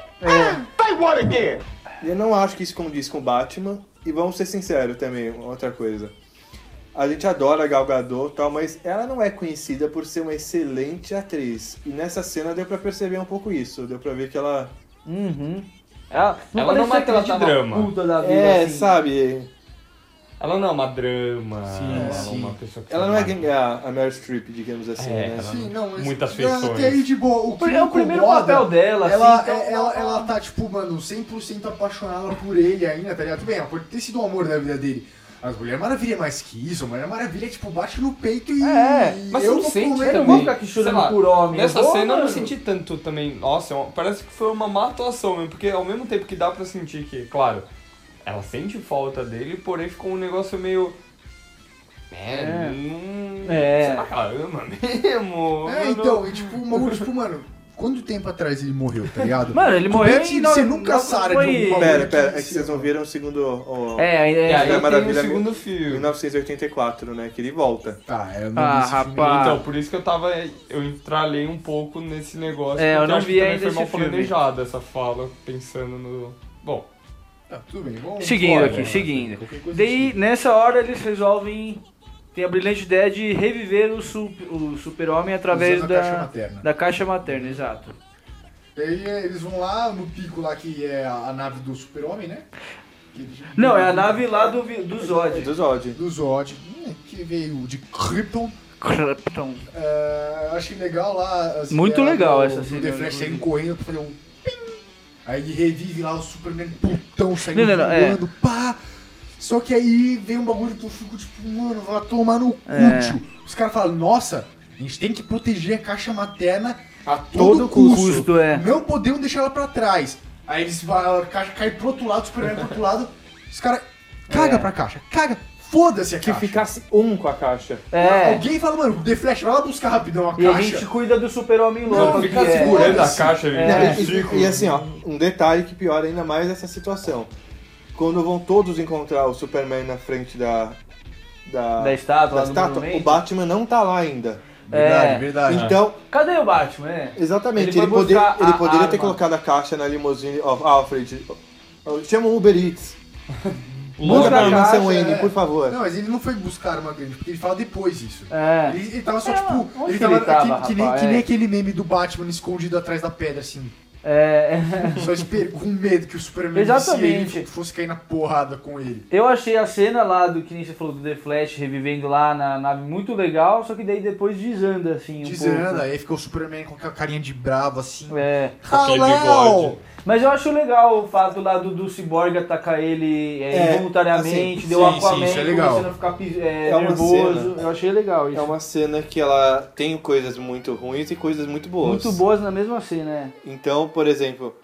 Eu não acho que isso condiz com o Batman. E vamos ser sinceros também, outra coisa. A gente adora a Gal Gadot e tal, mas ela não é conhecida por ser uma excelente atriz. E nessa cena deu pra perceber um pouco isso. Deu pra ver que ela... Uhum. Ela não, Ela não parece mata, ela que tá tá uma drama. puta da vida, É, assim. sabe? Ela não é uma drama. Sim, ela sim. é uma pessoa que Ela não é sabe. a, a Meryl Streep, digamos assim, É, né? ela- Sim, não, mas. Muitas Ah, Até aí feições. de boa. O que É o me primeiro incomoda- papel dela, Ela, assim. então- é- ela, ela tá, tipo, mano, 100% apaixonada por ele ainda, tá ligado? Tudo bem, ela pode ter sido o amor da vida dele. Mas Mulher Maravilha é mais que isso. Mulher Maravilha, tipo, bate no peito e. É, Mas eu você não vou sente comer- também. vou ficar aqui chorando Sei lá, por homem, Nessa eu vou, cena eu não mano. senti tanto também. Nossa, é uma- parece que foi uma má atuação mesmo. Porque ao mesmo tempo que dá pra sentir que, claro, ela sente falta dele, porém ficou um negócio meio. É, hum, É. não. É. Sei lá, caramba mesmo. É, então, e tipo, o maluco, tipo, mano, quanto tempo atrás ele morreu, tá ligado? Mano, ele Como morreu é que em você no- nunca no- sara foi- de um bagulho? Pera, pera, é que vocês não viram o segundo... o- É, é, E aí é. Mulher tem o Maravilha- segundo filme. 1984, né? Que ele volta. Tá, eu não vi Ah, esse filme. rapaz. Então, por isso que eu tava. Eu entralhei um pouco nesse negócio. É, eu porque não acho que vi também ainda foi mal esse filme. planejada essa fala, pensando no. Bom, Tá, tudo bem, vamos Seguindo embora, aqui, mano. seguindo. Qualquer coisa Daí, assim. nessa hora, eles resolvem. Tem a brilhante ideia de reviver o, su- o super-homem através Usando a da, caixa materna. da caixa materna, exato. Daí é, eles vão lá no pico lá que é a a nave do super-homem, né? Que ele- Não, é a nave lá do, vi- do Zod. Do Zod. Do Zod, hum, que veio de Krypton. Krypton. É, achei legal lá. assim, Muito é, legal o- essa o cena, The eu Flash não saindo vi. correndo pra fazer um. ping. Aí ele revive lá o Superman putão saindo Não, não, não, é. voando, pá! Só que aí vem um bagulho que eu fico tipo, mano, vai tomar no cu, É. tio. Os caras falam, nossa, a gente tem que proteger a caixa materna A todo custo. Custo, é. Não podemos deixar ela pra trás. Aí eles vão, a caixa cai pro outro lado, o Superman pro outro lado. Os caras É. caga pra caixa, caga, foda-se a Que caixa. ficasse um com a caixa. É. Alguém fala, mano, The Flash, vai lá buscar rapidão a E a caixa. gente cuida do super-homem Não, louco. não, que fica é. segurando a Foda-se. caixa, É. gente, E, e assim, ó, um detalhe que piora ainda mais essa situação. Quando vão todos encontrar o Superman na frente da. Da, Da estátua, da lá do monumento. o Batman não tá lá ainda. Verdade, É. verdade. Então, Cadê o Batman? É. exatamente, Ele foi ele, poder- buscar ele a poderia arma. ter colocado a caixa na limusine. Ó, Alfred, ó, chama o Uber Eats. Manda Busca pra a mansão caixa, Wayne, é. por favor. Não, mas ele não foi buscar uma grande, porque ele fala depois isso. É. Ele, ele tava só, É, tipo, onde ele que tava, ele tava, que, que nem, rapaz? que nem É. aquele meme do Batman escondido atrás da pedra, assim. É. Só esper- com medo que o Superman Exatamente. visse ele e fosse cair na porrada com ele. Eu achei a cena lá do que nem você falou do The Flash revivendo lá na nave muito legal, só que daí depois desanda assim um Dizendo, pouco. aí fica o Superman com aquela carinha de bravo, assim. É. aquele bigode. Mas eu acho legal o fato lá do, do Cyborg atacar ele é, É, involuntariamente, assim, deu sim, o Aquaman sim, isso é legal. começando a ficar pis- é, É uma nervoso. cena. Eu achei legal isso. É uma cena que ela tem coisas muito ruins e coisas muito boas. Muito boas na mesma cena, né? Então, por exemplo,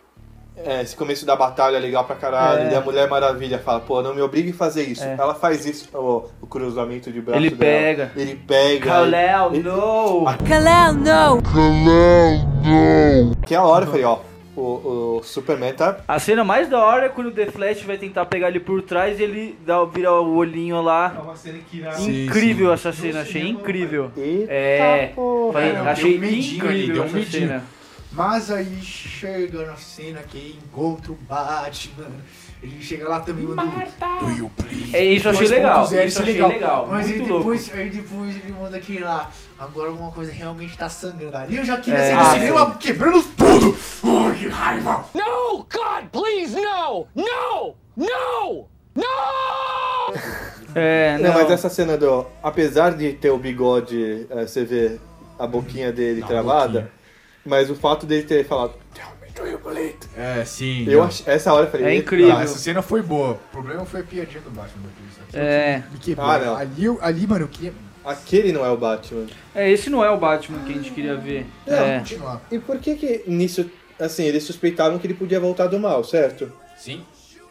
é, esse começo da batalha é legal pra caralho, É. e a Mulher Maravilha fala, pô, não me obrigue a fazer isso. É. Ela faz isso, o, o cruzamento de braço Ele dela. pega. Ele pega. Kalel, ele- no! Kalel, no! Que é a hora eu falei, ó, o, o Superman tá. A cena mais da hora é quando o The Flash vai tentar pegar ele por trás e ele dá, vira o olhinho É lá. uma cena que irá. Sim, incrível essa No cena, é achei cinema, incrível. Eita, É. porra. Falei, Não, deu achei um medinho incrível ali, deu um essa medinho. cena. Mas aí chega na cena que encontra o Batman. Ele chega lá também manda um, Do you play? É, isso eu achei 2.0, legal. isso eu Isso eu achei achei legal. Mas aí Muito louco. depois, aí depois ele manda aquele lá. Agora alguma coisa realmente tá sangrando ali. Eu já queria É. ser Ah, no cinema quebrando tudo. Ai, que raiva. No, God, please, no! No! No! É, Não, não. mas essa cena do. Apesar de ter o bigode, é, você vê a boquinha dele travada, mas o fato dele ter falado. Tell me, do you believe? É, sim. Eu não. ach... Essa hora eu falei. É "Eita, incrível. Ah, essa cena foi boa. O problema foi a piadinha do Batman depois. Aquilo É, que Me quebrou. Ah, não. ali, eu- ali, mano, eu queria Aquele não é o Batman. é, esse não é o Batman que a gente queria ver. É. continuar. E por que que nisso, assim, eles suspeitavam que ele podia voltar do mal, certo? Sim.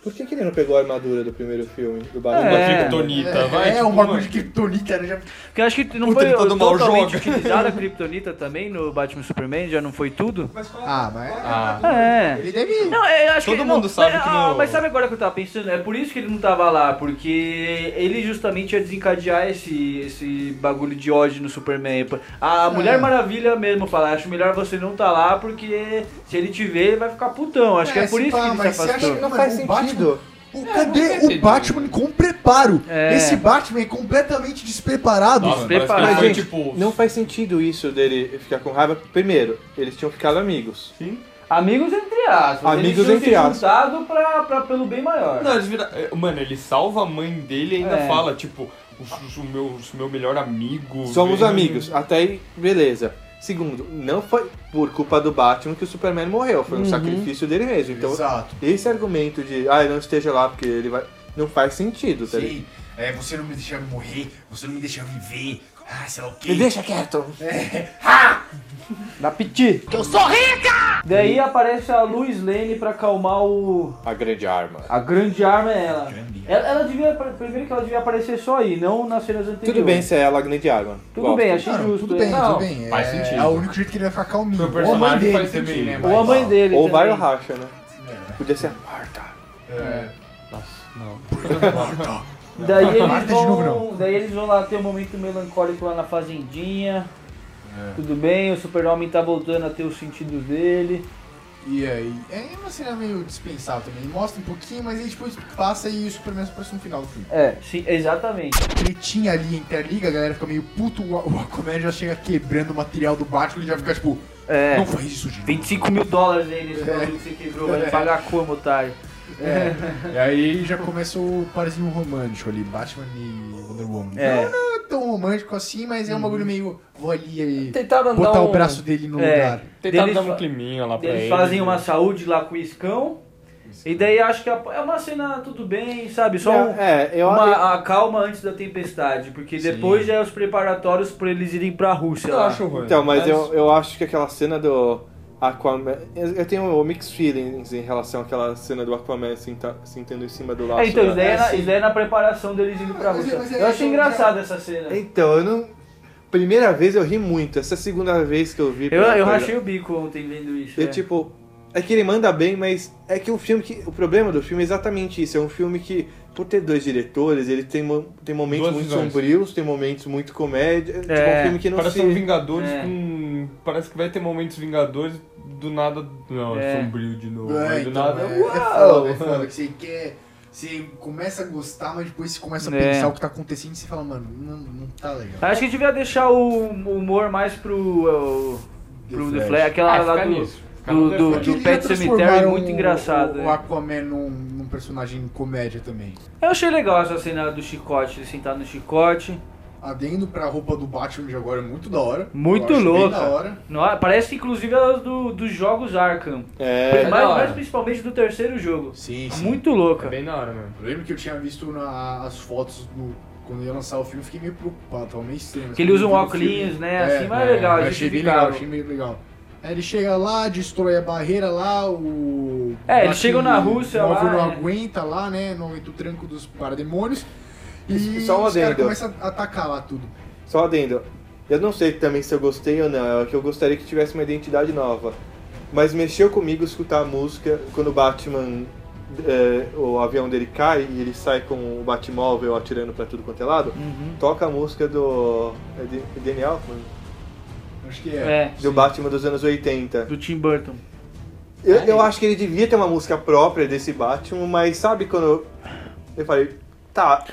Por que que ele não pegou a armadura do primeiro filme, do Batman? É. Uma criptonita, vai. é, tipo, um bagulho mano. de criptonita, né? Já Porque eu acho que não Puta, foi ele tá todo mal totalmente joga. utilizada a Kryptonita também no Batman e Superman, já não foi tudo? Mas qual Ah, mas- qual Ah. armadura? É. Ele deve. Não, eu acho Todo que, mundo não, sabe mas, que ah, no- Mas sabe agora que eu tava pensando? É por isso que ele não tava lá, porque ele justamente ia desencadear esse, esse bagulho de ódio no Superman. É. A Mulher Maravilha mesmo fala, acho melhor você não tá lá, porque se ele te ver, ele vai ficar putão. Acho que é por se isso pá, que ele mas se você acha afastou. que Não mano, faz o Batman- sentido. Pô, cadê o Batman com preparo? É. Esse Batman é completamente despreparado. Nossa, parece que Prepara- ele foi, Gente, tipo, Não faz sentido isso dele ficar com raiva. Primeiro, eles tinham ficado amigos. Amigos entre aspas. Amigos eles tinham entre se aspas. juntado pra, pra, pelo bem maior. Não, eles vira- é, Mano, ele salva a mãe dele e ainda É. fala, tipo, o, o meu, o meu melhor amigo. Somos veio- amigos, até aí, beleza. Segundo, não foi por culpa do Batman que o Superman morreu, foi um sacrifício dele mesmo. Então, Exato. esse argumento de, ah, não esteja lá porque ele vai. Não faz sentido, tá ligado? Sim. É, você não me deixa morrer, você não me deixa viver. Ah, sei lá o Me quê. deixa quieto! Dá piti. Eu sou rica! Daí aparece a Luz Lane pra acalmar o. A grande arma. A grande arma é ela. Ela, ela devia. Primeiro que ela devia aparecer só aí, não nas cenas anteriores. Tudo bem se é ela a grande arma. Tudo Gosto. bem, achei Cara, justo. tudo é. bem, Não, tudo bem. faz é, sentido. É o único jeito que ele vai ficar calminho. Ou Meu a mãe personagem dele faz também, sentido. né? Ou a mas- mãe dele. Ou vai o também. racha, né? Podia ser a Marta. é, Daí eles, Marta de novo, vão, daí eles vão lá ter um momento melancólico lá na fazendinha. Tudo bem, o super-homem tá voltando a ter os sentidos dele. E aí? É uma cena meio dispensável também. Mostra um pouquinho, mas aí depois passa e o Superman aparece no um final do filme. É, sim, exatamente. Tretinha ali, interliga, a galera fica meio puto, o o Aquaman já chega quebrando o material do Batman e já fica tipo, É. não faz isso de novo. 25 mil dólares aí nesse bagulho que você quebrou, vai pagar como, otário? E aí já começa o parzinho romântico ali, Batman e Wonder Woman. É. Não, Uhum. não é tão romântico assim, mas é um bagulho meio. Vou ali e Tentaram dar botar um, o braço dele no É. lugar. Tentaram Deles dar um fa- climinha lá pra Eles ele. né? fazem uma saúde lá com o iscão. E daí acho que é é uma cena tudo bem, sabe? Só um- É, eu acho. uma, a calma antes da tempestade, porque depois já é os preparatórios pra eles irem pra Rússia. Eu lá. acho ruim. Então, mas eu, eu acho que aquela cena do Aquaman. Eu, eu tenho mixed feelings em relação àquela cena do Aquaman senta- sentando em cima do laço. É, então, isso né? daí é, na, isso daí é na preparação deles indo pra Mas- Rússia. mas é- Eu achei engraçado essa cena. Então, eu não. Primeira vez eu ri muito, essa é a segunda vez que eu vi. Eu, pela eu coisa. rachei o bico ontem vendo isso. Eu, é. tipo, é que ele manda bem, mas é que o filme que. O problema do filme é exatamente isso. É um filme que, por ter dois diretores, ele tem, mo- tem momentos Duas muito visões. sombrios, tem momentos muito comédia. É, tipo, é É, um filme que não Parece se. um Vingadores É. com. Parece que vai ter momentos Vingadores do nada. Não, É. é sombrio de novo. É, Aí do então, nada. é, uau! é foda, é foda, que você quer. Você começa a gostar, mas depois você começa a É. Ah, pensar o que tá acontecendo e você fala, mano, não, não tá legal. Acho que devia deixar o o humor mais pro. eh, The pro The Flash. Flash, aquela Ah, lá fica do. nisso. Fica no Do, The do, Flash. do Eles já Pet Cemetery, transformaram muito o- engraçado. O, é. o Aquaman num, num personagem comédia também. Eu achei legal essa cena do chicote, ele sentado no chicote. adendo pra roupa do Batman de agora é muito da hora. Muito Eu acho bem louca. da hora. Não, ah, parece inclusive elas do, dos jogos Arkham. É, mas, da hora. mas principalmente do terceiro jogo. Sim, sim. Muito louca. É bem na hora mesmo. Eu lembro que eu tinha visto na- as fotos do. Quando ia lançar o filme, eu fiquei meio preocupado, tava meio estranho. Que ele usa um Quando eu vi o filme, óculos, né? é, assim, mas é legal. eu achei bem legal, justificável. achei meio legal. Aí ele chega lá, destrói a barreira lá, o. É, eles bate- chegam na Rússia o móvel lá, não é. aguenta lá, né? Não aguenta o tranco dos parademônios. E E só um os caras adendo. começam a atacar lá tudo. Só adendo. Eu não sei também se eu gostei ou não, é que eu gostaria que tivesse uma identidade nova. Mas mexeu comigo escutar a música quando o Batman, é, o avião dele cai e ele sai com o Batmóvel atirando pra tudo quanto é lado. Toca a música do. É de, é Danny Elfman? Acho que é. É, Do Batman dos anos 80. do Tim Burton. Eu, eu acho que ele devia ter uma música própria desse Batman, mas sabe quando. Eu, eu falei, tá.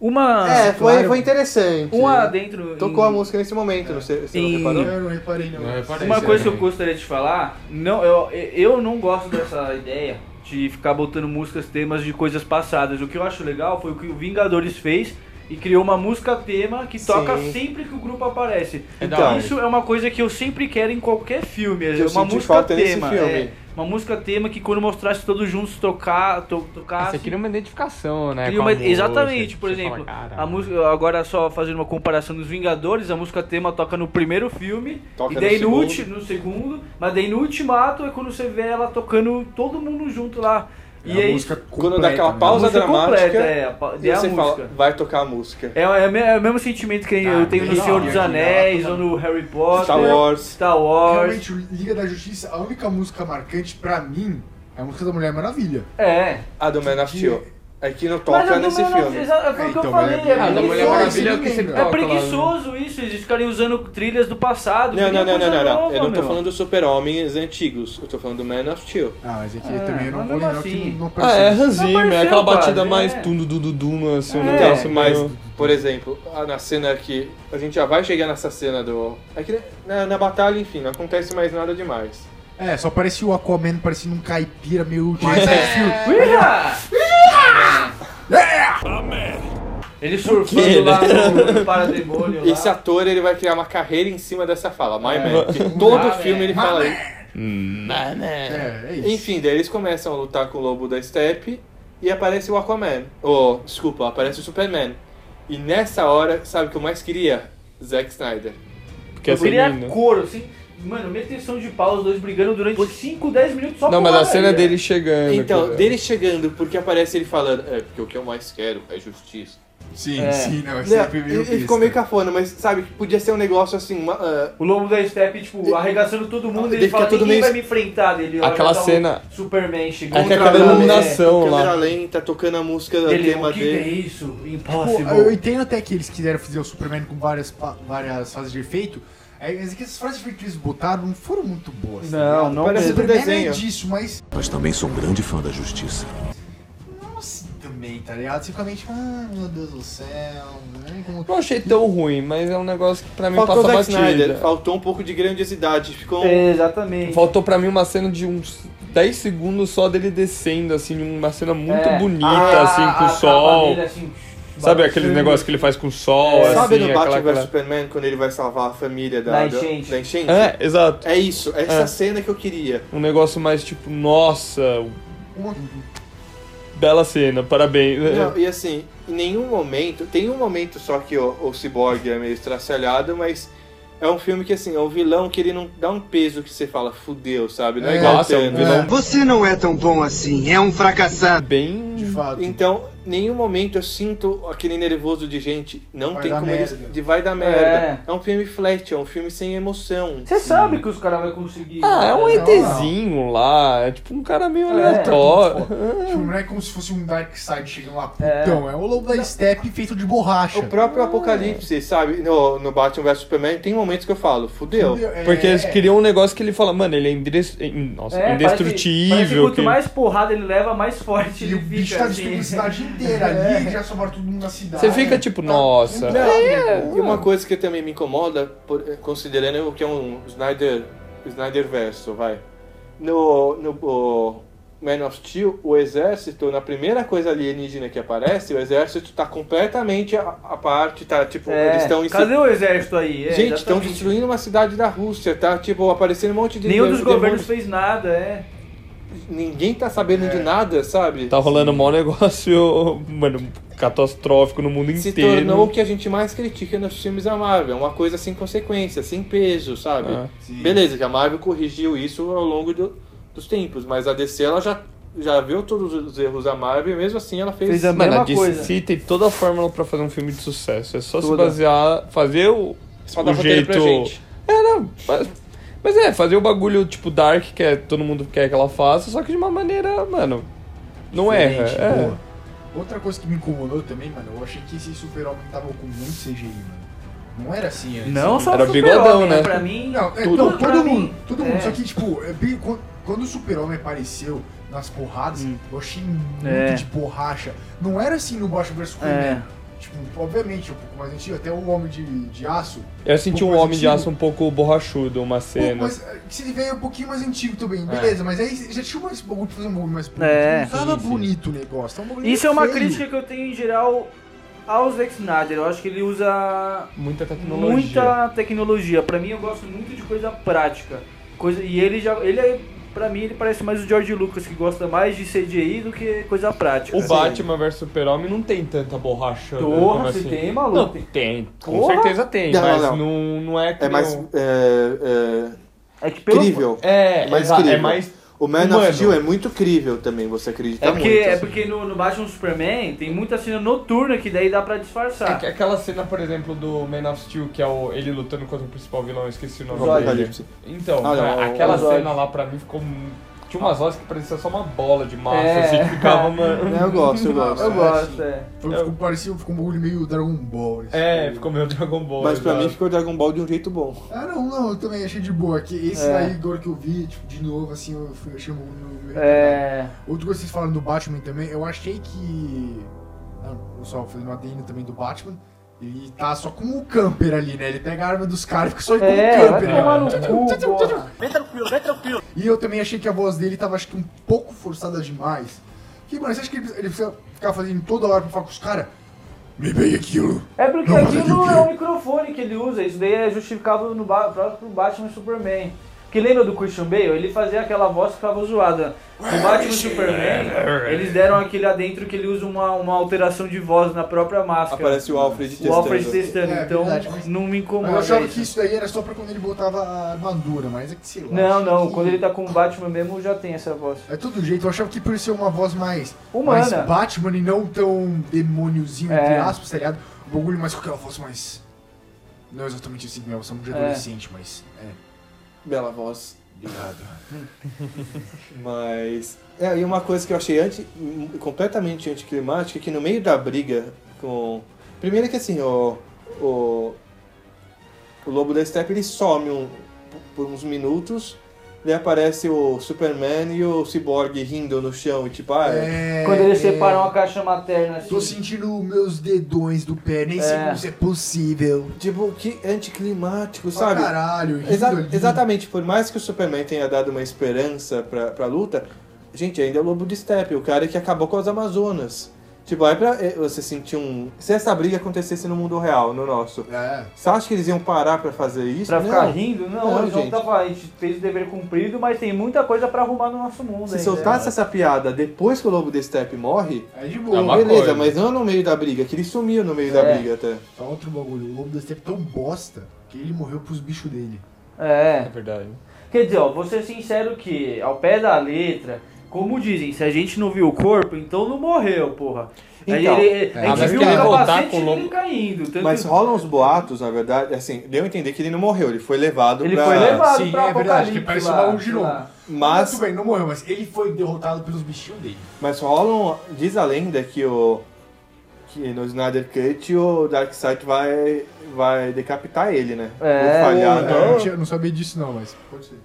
Uma. é, foi, claro. foi interessante. Ah, uma dentro. Tocou em- a música nesse momento, não sei, você não Em- reparou? Eu não reparei, não. Não, reparei Uma isso é coisa que eu também. gostaria de te falar, não, eu, eu não gosto dessa ideia de ficar botando músicas temas de coisas passadas. O que eu acho legal foi o que o Vingadores fez e criou uma música tema que toca Sim. sempre que o grupo aparece. da Então, hora. isso é uma coisa que eu sempre quero em qualquer filme, é eu uma senti música falta nesse tema, filme. é, uma música tema que quando mostrasse todos juntos tocar, to, tocasse, Você cria uma identificação, né? Ah, Cria com a uma- música, exatamente, por você fala, exemplo, a "Caralho". né?" música, agora só fazendo uma comparação dos Vingadores, a música tema toca no primeiro filme, Toca e daí no no, segundo. ulti- no segundo, mas daí no ultimato é quando você vê ela tocando todo mundo junto lá. É e é a aí, música Quando completa, dá aquela né? pausa música dramática, completa, é, a pa- e daí a você fala, música. vai tocar a música. É, é, o me- é o mesmo sentimento Tá que eu tenho no bem legal, Senhor dos né? Anéis, ou no Harry Potter, Star Wars. Star Wars. Realmente, o Liga da Justiça, a única música marcante pra mim é a música da Mulher Maravilha. É. A Ah, do Man of Que- Steel. É que não Mas toca eu nesse também não- filme. exa- Foi É, o que eu então, falei, mas é- Ah, Ah, da isso, Mulher isso Maravilha é o me que você lembra. É coloca lá, né? preguiçoso isso, eles ficarem usando trilhas do passado. Não, não, queria não, não, coisa não, não. nova, Eu não tô meu. falando do Super-Homem antigos. Eu tô falando do Man of Steel. Ah, mas é que É, também eu não mas vou mesmo lembrar que assim. não Ah, é, Hans Não Zimmer, apareceu aquela batida quase, mais é. tudo do dum assim, um É. negócio Então, Mas, meio... por exemplo, a- na cena que. A gente já vai chegar nessa cena do. É que na, na batalha, enfim, não acontece mais nada demais. É, só parecia o Aquaman parecendo um caipira meio assim, Jason Field. Uia! É. Ele surfando lá é. no, no parademônio Esse lá. É. ator ele vai criar uma carreira em cima dessa fala, My Man. Que todo filme ele fala isso. É, é isso. Enfim, daí eles começam a lutar com o lobo da steppe e aparece o Aquaman. Ou, desculpa, aparece o Superman. E nessa hora, sabe o que eu mais queria? Zack Snyder. Porque Eu essa queria menina- couro, é assim. Mano, meteção de pau, os dois brigando durante 5, 10 minutos só Não, com mas a porrada, cena né? dele chegando. Então, cara. dele chegando, porque aparece ele falando, é, porque o que eu mais quero é justiça. Sim, É. sim, não, é Não, sempre ele meio ele besta. ficou meio cafona, mas sabe, que podia ser um negócio assim, uma, ah, O lobo da Step, tipo, arregaçando todo mundo, ele Ele fala, fica todo ninguém vai meio- me enfrentar dele. olha, Aquela tá o cena- Superman chegando. É que contra aquela a lei, iluminação câmera lá. lenta, tocando a música do Ele, tema o que é dele. isso? Pô, Impossible. eu entendo até que eles quiseram fazer o Superman com várias, pa- várias fases de efeito, aí, mas é que essas fases de efeito que eles botaram não foram muito boas. tá ligado? não O Parece mesmo. um Superman é desenho. disso, mas Mas também sou um grande fã da justiça. não assim também, tá ligado? Simplesmente, ah, meu Deus do céu, né? Como Não achei tão ruim, mas é um negócio que pra mim Faltou passa Zack batida. Snyder, faltou um pouco de grandiosidade, ficou um- É, exatamente. Faltou pra mim uma cena de uns 10 segundos só dele descendo, assim, uma cena muito É. bonita, Ah, assim, com a o capa sol. dele, assim, Sabe aquele balançando. negócio que ele faz com o sol, É, assim, É. Sabe no aquela... Batman vs aquela... Superman, quando ele vai salvar a família da, Da da- enchente. da enchente? É, exato. É isso, é essa É. cena que eu queria. Um negócio mais tipo, nossa, uma bela cena, parabéns. Não, e assim, em nenhum momento, tem um momento só que o, o Cyborg é meio estraçalhado, mas é um filme que assim, é um vilão que ele não dá um peso que você fala, fudeu, sabe? Não é, É, igual nossa, é um Thanos. vilão Você não é tão bom assim, é um fracassado. bem. de fato. Então, em nenhum momento eu sinto aquele nervoso de gente, não Vai tem dar como eles. merda. De vai dar merda. É. um filme flat, é um filme sem emoção. Você sabe que os caras vão conseguir. Ah, é um né? ETzinho lá, é tipo um cara meio É. aleatório. Tipo, não é como se fosse um Dark Side chegando lá, putão. É, o lobo da Step feito de borracha. O próprio Apocalipse, sabe? No, no Batman vs Superman, tem momentos que eu falo, fudeu. É, Porque eles é, criam um negócio que ele fala, mano, ele é indres- in- nossa, É, indestrutível. Parece, parece que quanto que- mais porrada ele leva, mais forte E ele o bicho fica. tá assim. destruindo a cidade inteira ali, já sobrou todo mundo na cidade. Tá Você fica tipo, nossa. É. Não, E Ah. uma coisa que também me incomoda, por- eh, considerando o que é um Snyder, Snyder verso, vai. No, no o Man of Steel, o exército, na primeira coisa alienígena que aparece, o exército tá completamente a, a parte, tá tipo, eles estão em É, Cadê o exército aí? É, Gente, estão exatamente. destruindo uma cidade da Rússia, tá? Tipo, aparecendo um monte de Nenhum de- dos demônios. governos É. fez nada, é. Ninguém tá sabendo de nada, sabe? Tá rolando mó negócio, mano, catastrófico no mundo Se inteiro. tornou o que a gente mais critica nos filmes da Marvel, uma coisa sem consequência, sem peso, sabe? Ah. Sim. Beleza, que a Marvel corrigiu isso ao longo do- dos tempos, mas a DC ela já, já viu todos os erros da Marvel e mesmo assim ela fez. Fez a Mano, mesma a DC coisa. tem toda a fórmula pra fazer um filme de sucesso. É só Toda. se basear, fazer o, Só dá o roteiro jeito... pra gente. É, não, mas, mas é, fazer o bagulho tipo Dark, que é, todo mundo quer que ela faça, só que de uma maneira, mano, não erra. Diferente, É. boa. Outra coisa que me incomodou também, mano, eu achei que esse super-homem tava com muito CGI, mano. Não era assim antes. Não só Era o bigodão, super-homem, né? Pra mim, Não, é, tudo não, pra todo mim. mundo, todo mundo. É. Só que, tipo, é bem- quan- quando o super-homem apareceu nas porradas, Hum. eu achei muito É. de borracha. Não era assim no Batman vs É. Superman. Tipo, obviamente, um pouco mais antigo, até o Homem de, de Aço. Um Eu senti pouco um mais homem de antigo. aço um pouco borrachudo, uma pouco cena. mais, que se veio um pouquinho mais antigo também, beleza, mas aí já tinha mais bagulho pra fazer um bagulho mais bonito. É. Não tava Sim, sim. bonito o negócio. tava um bagulho Isso é uma feio. crítica que eu tenho em geral ao Zack Snyder. Eu acho que ele usa Muita tecnologia. muita tecnologia. Pra mim, eu gosto muito de coisa prática. Coisa, e ele já. Ele é. Pra mim, ele parece mais o George Lucas, que gosta mais de CGI do que coisa prática. O Batman vs Super-Homem não tem tanta borracha. né, como Porra, se assim. tem, Não, maluco. tem. Com Porra. certeza tem, Não, não, mas não. não, não, é que É mais. não- É, É que é, pelo. crível. É, mais exa- é crível. mais. O Man humano. of Steel é muito crível também, você acredita É porque, muito. é assim. porque no, no Batman Superman tem muita cena noturna que daí dá pra É disfarçar. que aquela cena, por exemplo, do Man of Steel, que é o, ele lutando contra o principal vilão, eu esqueci o nome Zod. dele. Apocalipse. Então, Ah, não, é, o- aquela o Zod. cena lá pra mim ficou. mu- Tinha umas horas que parecia só uma bola de massa, É. assim, que ficava uma. Eu gosto, eu gosto. Eu gosto, é. Foi, ficou, parecia, ficou um bagulho meio Dragon Ball. assim. É, ficou meio Dragon Ball. Mas pra exato. mim ficou Dragon Ball de um jeito bom. Ah, não, não, eu também achei de boa. Que esse É. aí, agora que eu vi, tipo, de novo, assim, eu fui, achei no meu. É. Outro que vocês falaram do Batman também, eu achei que. Não, só fazendo um adendo também do Batman. Ele tá só com o camper ali, né? Ele pega a arma dos caras e fica só com É, o vai camper. né? tomar no cu, porra. E eu também achei que a voz dele tava, acho que, um pouco forçada demais. Que, mano, você acha que ele precisa, ele precisa ficar fazendo toda hora pra falar com os caras? Me veio aquilo. É porque Não, mas aquilo aqui o quê? é o microfone que ele usa, isso daí é justificável no ba- próprio Batman e Superman. Que lembra do Christian Bale? Ele fazia aquela voz que ficava zoada. No Batman e Superman, eles deram aquele adentro que ele usa uma, uma alteração de voz na própria máscara. Aparece o Alfred o testando. Alfred testando, É, então verdade, mas- não me Mas eu incomoda achava isso. que isso daí era só pra quando ele botava a armadura, mas é que sei lá. né? Não, achei não, que- quando ele tá com o Batman mesmo já tem essa voz. É todo jeito, eu achava que por ser uma voz mais, Humana. mais Batman e não tão demôniozinho, É. entre aspas, tá ligado? O bagulho mais com aquela voz mais. Não exatamente assim, minha voz é muito de É. adolescente, mas. É, Bela voz. obrigado. Mas. É, e uma coisa que eu achei anti, m- completamente anticlimática é que no meio da briga com. Primeiro que assim, o. O, o Lobo da Steppe ele some um- por uns minutos, daí aparece o Superman e o Cyborg rindo no chão e tipo, ah, é. É, Quando eles é, separam a caixa materna assim. Tô sentindo meus dedões do pé, nem sei É. como isso é possível. Tipo, que anticlimático, Pra sabe? caralho, rindo Exa- ali. exatamente, por mais que o Superman tenha dado uma esperança pra, pra luta, gente, ainda é o Lobo de Steppe, o cara que acabou com as Amazonas. Tipo, aí pra é, você sentir um. Se essa briga acontecesse no mundo real, no nosso, É. você acha que eles iam parar pra fazer isso? Pra ficar Não. rindo? Não, Não, eles vão gente. tava, a gente fez o dever cumprido, mas tem muita coisa pra arrumar no nosso mundo Se ainda. né? soltasse essa piada depois que o Lobo de Steppe morre, É de boa. É uma- beleza, coisa. mas não no meio da briga, que ele sumiu no meio da É. briga até. Só outro bagulho, o lobo da Steppe é tão bosta que ele morreu pros bichos dele. É É. verdade. Quer dizer, ó, vou ser sincero que, ao pé da letra, como dizem, se a gente não viu o corpo, então não morreu, porra. Aí Então, é, ele, ah, a gente mas viu que ele o voltar capacete com o dele lobo- caindo. Tanto Mas rolam os boatos, na verdade, assim, deu a entender que ele não morreu, ele foi levado Ele pra. foi levado sim, pra é verdade, que Apocalipse parece lá, um girombo. sei lá. Mas Tudo bem, não morreu, mas ele foi derrotado pelos bichinhos dele. Mas rolam. Diz a lenda que o. Que no Snyder Cut o Darkseid vai. vai decapitar ele, né? É. Ou falhar, É, né? eu não, tinha- não sabia disso não, mas pode ser.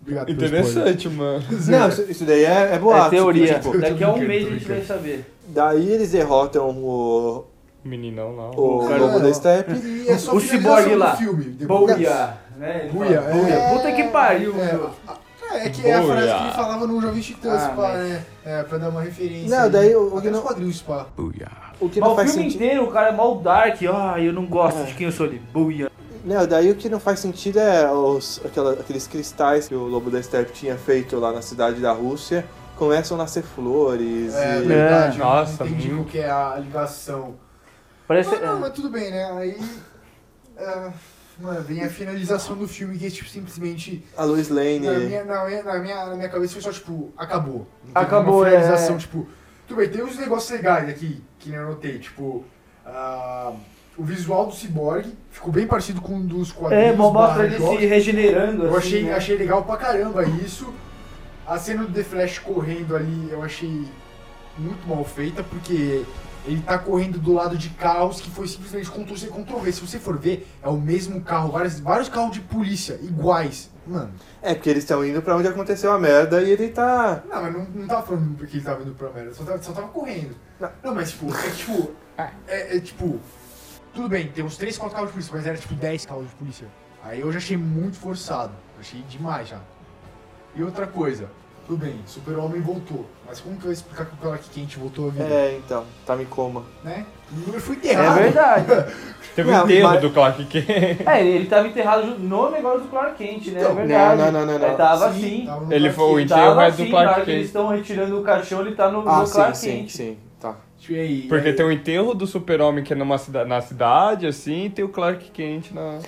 Obrigado pelo spoiler. Interessante, mano. Não, isso, isso daí é, é boato. É teoria. que, tipo, Daqui a um brincando, mês tô a gente vai brincando. saber. daí eles derrotam o. Meninão lá. o ó. cara- Lobo da Steppe. E é só O finalização ciborgue do lá. Filme. depois. Buia, né? Ele Buia, fala, é. Puta que pariu, É, meu. a- É, é que é a Boa. frase que ele falava no Jovem Titãs, Ah, Spa, mas- né? É, pra dar uma referência. Não, aí. daí o- o Até que não- nos quadrinhos, Spa. O que Mas não o faz filme sentido. inteiro, o cara é mal dark, ah, eu não gosto de quem eu sou ali. Buia. Não, daí o que não faz sentido é os, aquela- aqueles cristais que o Lobo da Steppe tinha feito lá na cidade da Rússia começam a nascer flores É, né? e. verdade. É, nossa, eu não entendi muito. qual que é a ligação. Parece. Mas não, mas tudo bem, né? Aí. é, mano, vem a finalização do filme que é tipo, simplesmente. A Lois Lane. Na é- minha, na, minha, na, minha, na minha cabeça foi só tipo, acabou. Não teve Acabou, uma finalização, é. tipo. Tudo bem, tem uns negócios legais aqui que eu anotei, tipo. ah, o visual do Cyborg ficou bem parecido com o dos quadrinhos. É, bom, mostra barra ele jogos. se regenerando. Eu assim, achei, né? achei legal pra caramba isso. A cena do The Flash correndo ali, eu achei muito mal feita, porque ele tá correndo do lado de carros que foi simplesmente Ctrl C, Ctrl V. Se você for ver, é o mesmo carro, vários, vários carros de polícia iguais. Mano, É porque eles estão indo pra onde aconteceu a merda e ele tá. não, mas não, não tava falando porque ele tava indo pra merda, só tava, só tava correndo. Não. mas tipo, é que, tipo. É, é, tipo. Tudo bem, tem uns 3, 4 carros de polícia, mas era tipo 10 carros de polícia. Aí eu já achei muito forçado. Achei demais já. E outra coisa, tudo bem, Super-Homem voltou. Mas como que eu vou explicar que o cara aqui quente voltou a vida? É, então, tá me coma. Né? Eu fui É enterrado. verdade. Teve Não, um enterro mas- do Clark Kent. É, ele, ele tava enterrado junto no negócio do Clark Kent, né? Então, é verdade. não, não, não, não. Ele tava assim. tava no Ele parque. foi o enterro Tava é assim, do na hora Clark que eles Kent. estão retirando o caixão, ele tá no, Ah, no sim, Clark sim, Kent. sim. Tá. Tipo, e aí, Porque aí- tem um o enterro do super-homem que é numa cida na cidade, assim, e tem o Clark Kent na...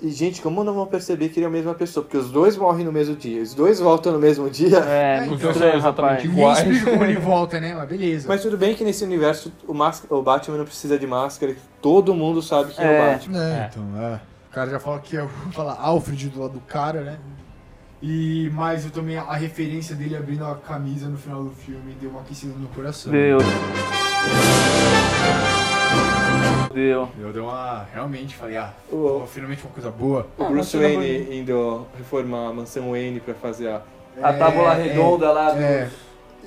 E, gente, como não vão perceber que ele é a mesma pessoa? Porque os dois morrem no mesmo dia, os dois voltam no mesmo dia. É, É, então, Os muito dois são exatamente Ninguém iguais. explica como ele volta, né? Mas beleza. Mas tudo bem que nesse universo o, mas- o Batman não precisa de máscara, que todo mundo sabe que é, É. o Batman. É, É. então, é. O cara já fala que é fala Alfred do lado do cara, né? E mais eu também a referência dele abrindo a camisa no final do filme deu uma aquecida no coração. Deus. Deus. Eu dei uma. Realmente falei, ah, O- pô, finalmente uma coisa boa. Ah, O Bruce é Wayne indo reformar a mansão Wayne pra fazer a. A É, tábua é, redonda lá do. É,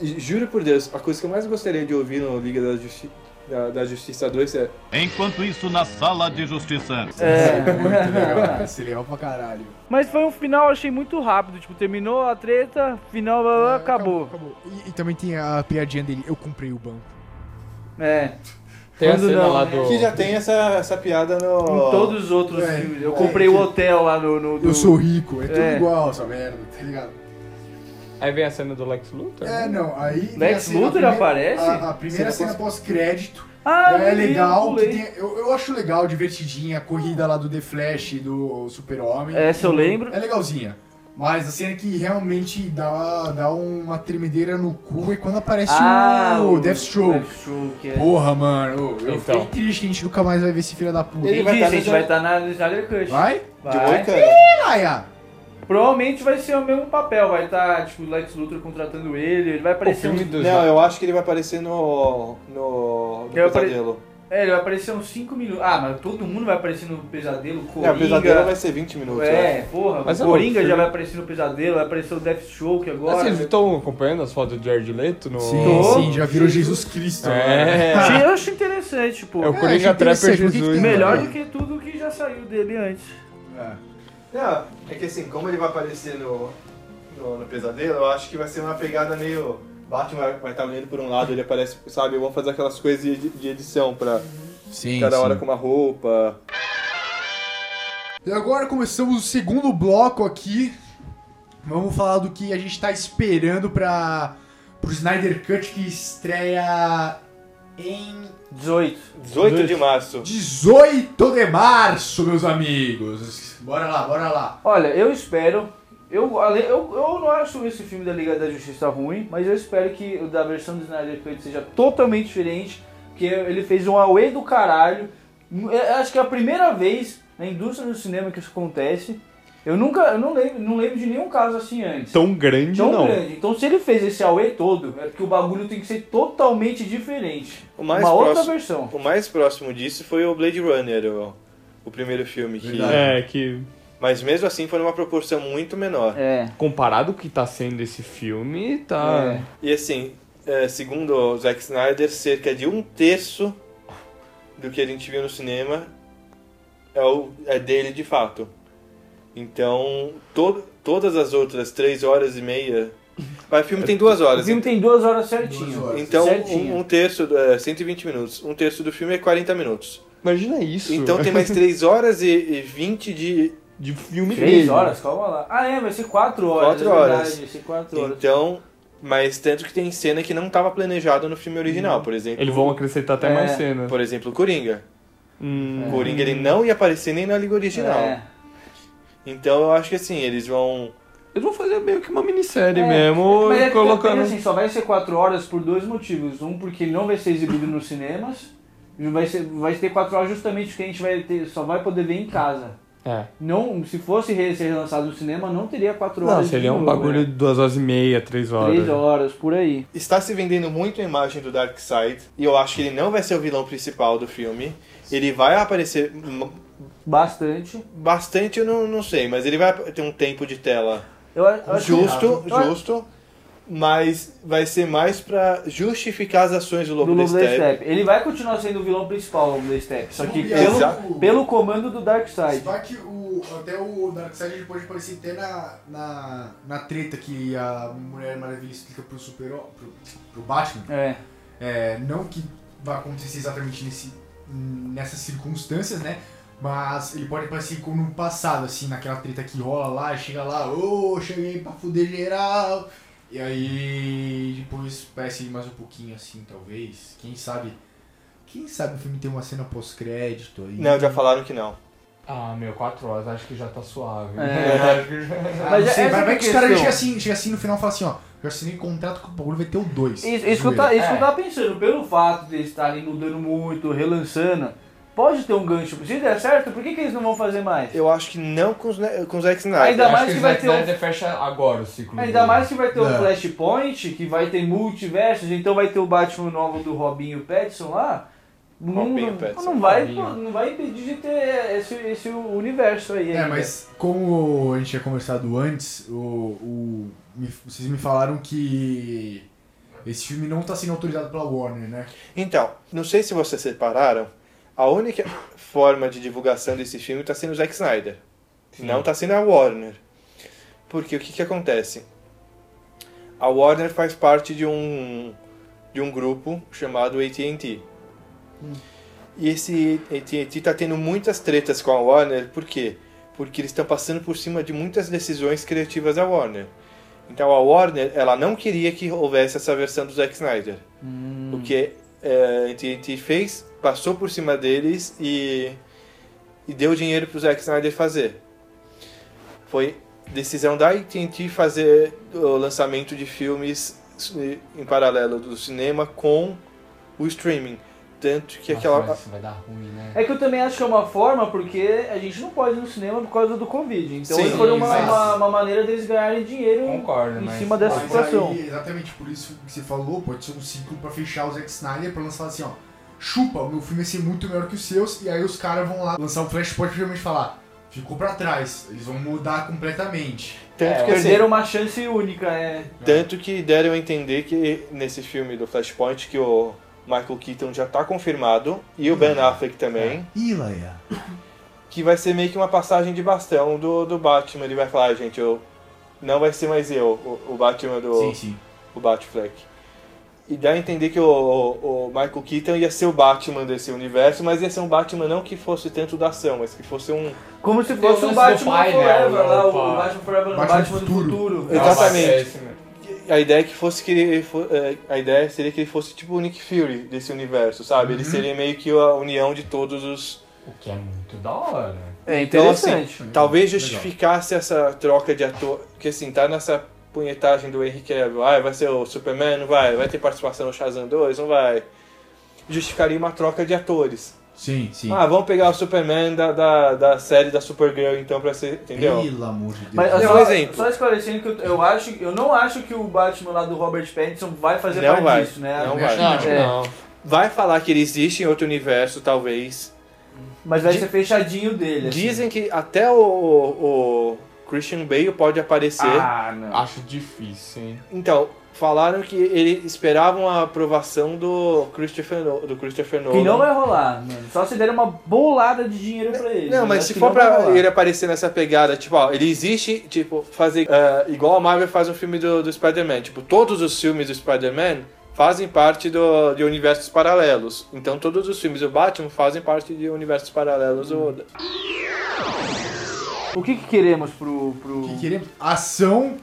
E Juro por Deus, a coisa que eu mais gostaria de ouvir no Liga da, Justi... da, da Justiça 2 é. Enquanto isso, na sala de justiça. é muito legal. Esse legal pra caralho. Mas foi um final, achei muito rápido. Tipo, terminou a treta, final, blá, blá, blá, É, acabou. acabou. E, e também tem a piadinha dele, eu comprei o banco. É. Tem a Quando cena não, lá né? do... Que já tem essa, essa piada no. Em todos os outros É, filmes. Eu é, comprei que- o hotel lá no. no- do- Eu sou rico, é tudo É. igual essa merda, tá ligado? Aí vem a cena do Lex Luthor. É, né? não, aí. Tá Lex vem a cena- a Luthor primeira- aparece? A, a primeira Cena cena pós-crédito. Ah, é eu vi, eu legal, que pulei. tem- eu, eu acho legal, divertidinha, a corrida lá do The Flash, do Super-Homem. Essa eu lembro. É legalzinha. Mas a cena que realmente dá, dá uma tremedeira no cu é quando aparece Ah, o Deathstroke. Deathstroke, é. Porra, mano, eu Então. fiquei triste que a gente nunca mais vai ver esse filho da puta. Ele Quem vai disse? tá A gente no- vai estar na no Snyder Cut. Vai? ah. De Vai. Moicano. Laia! Provavelmente vai ser o mesmo papel. Vai estar, tipo, o Lex Luthor contratando ele. Ele vai O aparecer filme um... do... Não, eu acho que ele vai aparecer no. No. no Ele vai apare- pesadelo. É, ele vai aparecer uns 5 minutos. Ah, mas todo mundo vai aparecer no Pesadelo, É, Coringa. o pesadelo vai ser 20 minutos. É, né? porra. Mas o é louco, Coringa já filme. vai aparecer no Pesadelo, vai aparecer o Deathstroke agora. Vocês estão acompanhando as fotos do Jared Leto no... Sim, Tô. sim, já virou Jesus Cristo. mano. É. Achei- Eu acho interessante, tipo. É o achei Coringa Trapper interessante, por que que Jesus. tem- Melhor do que tudo que já saiu dele antes. Não, é que assim, como ele vai aparecer no, no, no pesadelo, eu acho que vai ser uma pegada meio. Batman vai- vai estar olhando por um lado, ele aparece, sabe? Vão fazer aquelas coisas de, de edição pra Sim, cada sim. hora com uma roupa. E agora começamos o segundo bloco aqui. Vamos falar do que a gente tá esperando para pro Snyder Cut que estreia em 18. 18 de março. 18 de março, meus amigos. Bora lá, bora lá. Olha, eu espero. Eu, ale- eu, eu não acho esse filme da Liga da Justiça ruim, mas eu espero que o da versão do Snyder Cut seja totalmente diferente, porque ele fez um away do caralho. Eu acho que é a primeira vez na indústria do cinema que isso acontece. Eu nunca, eu não lembro, não lembro de nenhum caso assim antes. Tão grande, Tão Então, não. grande. Então se ele fez esse away todo, é porque o bagulho tem que ser totalmente diferente. O mais Uma outra próximo- versão. O mais próximo disso foi o Blade Runner, o, o primeiro filme. Que, É, que Mas mesmo assim foi numa proporção muito menor. É. comparado com o que tá sendo esse filme, Ah, tá... E assim, é, segundo o Zack Snyder, cerca de um terço do que a gente viu no cinema é, o, é dele de fato. Então, todo, todas as outras três horas e meia. Mas o filme tem duas O horas. filme tem duas horas certinho. Duas horas. Então, certinho. um, um terço, é, 120 minutos. Um terço do filme é 40 minutos. Imagina isso. Então tem mais 3 horas e, e 20 de. De filme Três dele. horas? Calma lá. Ah, é, vai ser quatro horas. Quatro é verdade, horas. Vai ser quatro horas. Então. Mas tanto que tem cena que não estava planejado no filme original, por exemplo. Eles vão acrescentar até É. mais cenas. Por exemplo, o Coringa. Hum, O É. Coringa ele não ia aparecer nem na liga original. É. Então eu acho que assim, eles vão. Eles vão fazer meio que uma minissérie É, mesmo, Mas é colocando... colocando... um- assim, só vai ser 4 horas por dois motivos. Um, porque ele não vai ser exibido nos cinemas. e Vai, ser, vai ter 4 horas justamente porque a gente vai ter, só vai poder ver em casa. É. Não, se fosse re- ser lançado no cinema, não teria 4 horas. Não, de seria um novo, bagulho né? de duas horas e meia, três horas. Três horas, por aí. Está se vendendo muito a imagem do Darkseid. E eu acho que ele não vai ser o vilão principal do filme. Ele vai aparecer m- Bastante. bastante, eu não, não sei, mas ele vai ter um tempo de tela Eu, a- eu acho que- justo, eu a- justo. Mas vai ser mais pra justificar as ações do Do Lobo, Lobo da Steppe. Step. Ele vai continuar sendo o vilão principal do Lobo da Step. Só que pelo, Exato. pelo comando do Darkseid. Só que o, até o Darkseid ele pode aparecer até na, na, na treta que a Mulher Maravilha explica pro, super, pro, pro Batman. É. É, não que vai acontecer exatamente nesse, nessas circunstâncias, né? Mas ele pode aparecer como no passado, assim, naquela treta que rola lá, chega lá, ô, cheguei pra fuder geral. E aí depois parece mais um pouquinho assim, talvez. Quem sabe? Quem sabe o filme tem uma cena pós-crédito aí. Não, já falaram que não. Ah, meu, quatro horas, acho que já tá suave. Ah, Mas não é- sei, vai essa que é vai a que os caras questão. chegam assim, chega assim no final e falam assim, ó, já assinei contrato com o bagulho, vai ter o 2. Isso, isso que eu ta- isso É. que eu tava pensando, pelo fato de eles estarem mudando muito, relançando, pode ter um gancho. Se der certo, por que, que eles não vão fazer mais? Eu acho que não com os, ne- com os Zack Snyder. Ainda mais que vai ter um- fecha agora o ciclo. Ainda dele. mais que vai ter um Não. Flashpoint, que vai ter multiversos, então vai ter o Batman novo do Robinho Pattinson lá. Não, Robinho não, Pattinson. não vai, Robinho. não vai impedir de ter esse, esse universo aí. É, ainda. mas como a gente tinha conversado antes, o, o- me- vocês me falaram que esse filme não tá sendo autorizado pela Warner, né? Então, não sei se vocês separaram, a única forma de divulgação desse filme está sendo o Zack Snyder. Não está sendo a Warner. Porque o que, que acontece? A Warner faz parte de um, de um grupo chamado AT&T. E esse AT&T está tá tendo muitas tretas com a Warner, por quê? Porque eles estão passando por cima de muitas decisões criativas da Warner. Então a Warner, ela não queria que houvesse essa versão do Zack Snyder. O que é, a AT&T fez, passou por cima deles e, e deu dinheiro pro Zack Snyder fazer. Foi decisão da AT&T fazer o lançamento de filmes eh, em paralelo do cinema com o streaming. Tanto que aquela... vai dar ruim, né? É que eu também acho que é uma forma, porque a gente não pode ir no cinema por causa do Covid. Então Sim, foi uma, mas- uma, uma maneira deles ganharem dinheiro Concordo, em mas- cima dessa Mas situação. aí, exatamente por isso que você falou, pode ser um ciclo pra fechar o Zack Snyder, pra lançar assim, ó, chupa, o meu filme vai ser muito melhor que os seus, e aí os caras vão lá lançar um flashpoint e realmente falar, ficou pra trás, eles vão mudar completamente. Tanto que, assim, é, Perderam uma chance única, é. tanto que deram a entender que nesse filme do Flashpoint que o Michael Keaton já tá confirmado e o Ben Affleck também. É. Ih, Laia. que vai ser meio que uma passagem de bastão do, do Batman. Ele vai falar, "Ah, gente, eu não vai ser mais eu, o, o Batman do Sim, sim. o Batfleck. E dá a entender que o, o, o Michael Keaton ia ser o Batman desse universo, mas ia ser um Batman não que fosse tanto da ação, mas que fosse um. Como se fosse o o lance do Batman pai, né? Forever, O lá, o pai. Batman Forever, o Batman Batman do futuro. futuro. Exato. Exatamente. É isso mesmo. A ideia é que fosse que ele fo- eh, a ideia seria que ele fosse tipo o Nick Fury desse universo, sabe? Ele seria meio que a união de todos os O que é muito da hora. É Então, interessante. Talvez justificasse essa troca de ator, que assim, tá nessa punhetagem do Henry Cavill, ah, vai ser o Superman, não vai, vai ter participação no Shazam 2, não vai. Justificaria uma troca de atores. Sim, sim. Ah, vamos pegar o Superman da, da, da série da Supergirl então pra ser, entendeu? Pelo amor de Deus. Mas Não, só, um exemplo. só esclarecendo que eu, eu acho, eu não acho que o Batman lá do Robert Pattinson vai fazer Não parte vai. disso, né? Não Eu vai. acho que não. É. Vai falar que ele existe em outro universo, talvez. Mas vai Di- ser fechadinho dele. assim. Dizem que até o, o, Christian Bale pode aparecer. Ah, não. Acho difícil, hein? Então, falaram que eles esperavam a aprovação do Christopher, No- do Christopher Nolan. Que não vai rolar, mano. Só se der uma bolada de dinheiro pra ele. Não, mas acho se que for vai pra rolar. ele aparecer nessa pegada, tipo, ó, ele existe, tipo, fazer. ah, igual a Marvel faz um filme do, do Spider-Man. Tipo, todos os filmes do Spider-Man fazem parte do, de universos paralelos. Então, todos os filmes do Batman fazem parte de universos paralelos. Hum. do- é- O que, que queremos pro. pro... Que queremos ação,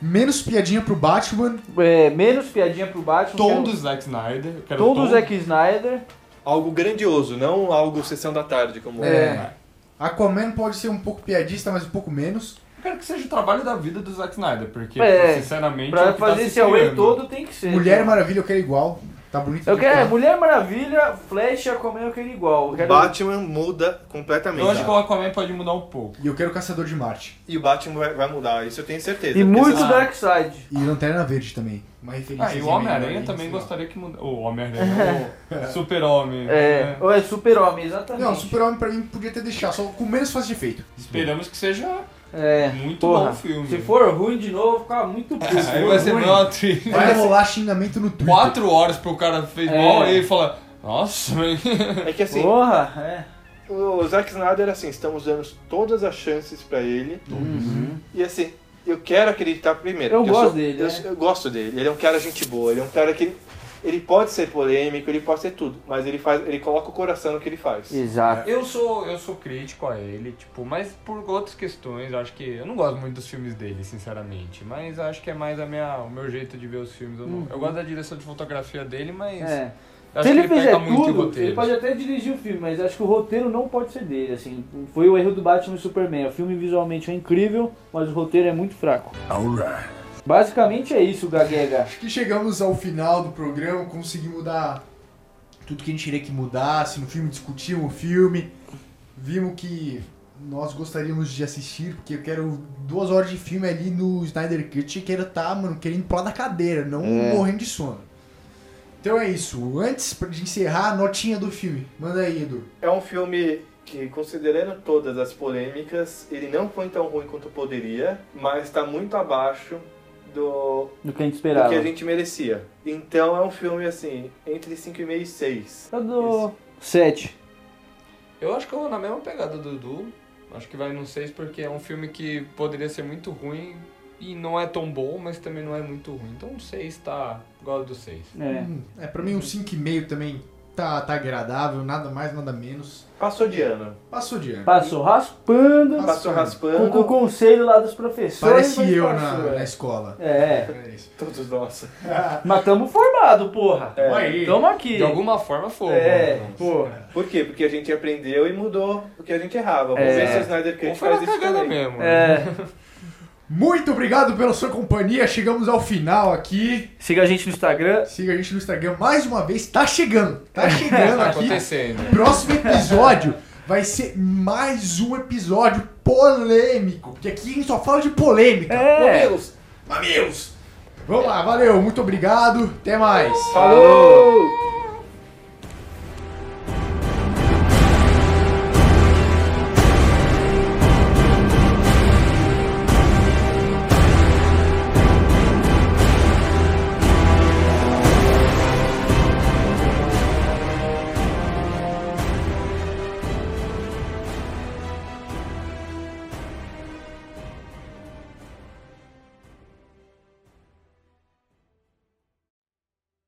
menos piadinha pro Batman, É, menos piadinha pro Batman. Tom do quero- Zack Snyder. eu Quero Tom do Tom- Zack Snyder. Algo grandioso, não algo sessão da tarde, como. É. Aquaman pode ser um pouco piadista, mas um pouco menos. Eu quero que seja o trabalho da vida do Zack Snyder, porque, É, sinceramente, é o Pra que fazer tá se esse away criando. todo tem que ser. Mulher Maravilha. Maravilha eu quero igual. Tá bonito. Eu de quero é, cara. Mulher Maravilha, Flash, Aquaman eu quero igual. Eu quero... Batman muda completamente. Ah. Eu acho que o Aquaman pode mudar um pouco. E eu quero Caçador de Marte. E o Batman vai, vai mudar, isso eu tenho certeza. E porque muito essas- Darkseid. E Lanterna Verde também. Uma referência. Ah, e o Homem-Aranha também gostaria que mudasse. O Homem-Aranha, o Super-Homem. É, né? ou é Super-Homem, exatamente. Não, Super-Homem pra mim podia até deixar, só com menos fase de efeito. Esperamos que seja É. muito Porra, bom o filme. Se for ruim de novo, fica muito puto. Aí vai ser Ruim. meu atriz. Vai rolar xingamento no Twitter. Quatro horas pro cara fez É. mal e ele fala, nossa, mas... É que assim, Porra, é. O Zack Snyder, assim, estamos dando todas as chances pra ele. E assim, eu quero acreditar primeiro. Eu porque gosto dele, Eu, né? eu gosto dele. Ele é um cara gente boa. Ele é um cara que ele pode ser polêmico, ele pode ser tudo, mas ele faz, ele coloca o coração no que ele faz. Exato. Eu sou, eu sou crítico a ele, tipo, mas por outras questões, eu acho que... Eu não gosto muito dos filmes dele, sinceramente, mas acho que é mais a minha, o meu jeito de ver os filmes. Eu, não- eu gosto da direção de fotografia dele, mas... É. eu Acho Se ele, que ele fizer peca muito em tudo, roteiro. ele pode até dirigir o filme, mas acho que o roteiro não pode ser dele, assim. Foi o erro do Batman e Superman. O filme visualmente é incrível, mas o roteiro é muito fraco. Basicamente é isso, Gaguega. Acho que chegamos ao final do programa, conseguimos mudar tudo que a gente queria que mudasse no filme, discutimos o filme, vimos que nós gostaríamos de assistir, porque eu quero duas horas de filme ali no Snyder Cut e quero estar, mano, querendo pular da cadeira, não É. morrendo de sono. Então é isso. Antes pra- de encerrar, a notinha do filme. Manda aí, Edu. É um filme que, considerando todas as polêmicas, ele não foi tão ruim quanto poderia, mas está muito abaixo do, Do que a gente do esperava. que a gente merecia. Então é um filme, assim, entre 5,5 e 6. Eu dou 7. Eu acho que eu vou na mesma pegada do Dudu. Acho que vai no 6 porque é um filme que poderia ser muito ruim e não é tão bom, mas também não é muito ruim. Então o 6 tá igual ao do 6. É. Hum, É, pra mim um 5,5 também tá, tá agradável, nada mais, nada menos. Passou de ano. Passou de ano. Passou raspando, Passou com, raspando. com o conselho lá dos professores. Parece mas eu na, passou, é. na escola. É, É isso. Todos nós. mas tamo formado, porra. É. Tamo aqui. De alguma forma foi. É, né? porra. Por quê? Porque a gente aprendeu e mudou o que a gente errava. Vamos É. ver se o Snyder Ou Cut foi faz uma isso cagada também. mesmo. né? É. Muito obrigado pela sua companhia. Chegamos ao final aqui. Siga a gente no Instagram. Siga a gente no Instagram mais uma vez. Tá chegando, tá É, chegando Tá aqui. acontecendo. Próximo episódio vai ser mais um episódio polêmico, porque aqui a gente só fala de polêmica. É. Vamos lá, valeu, muito obrigado. Até mais. Falou.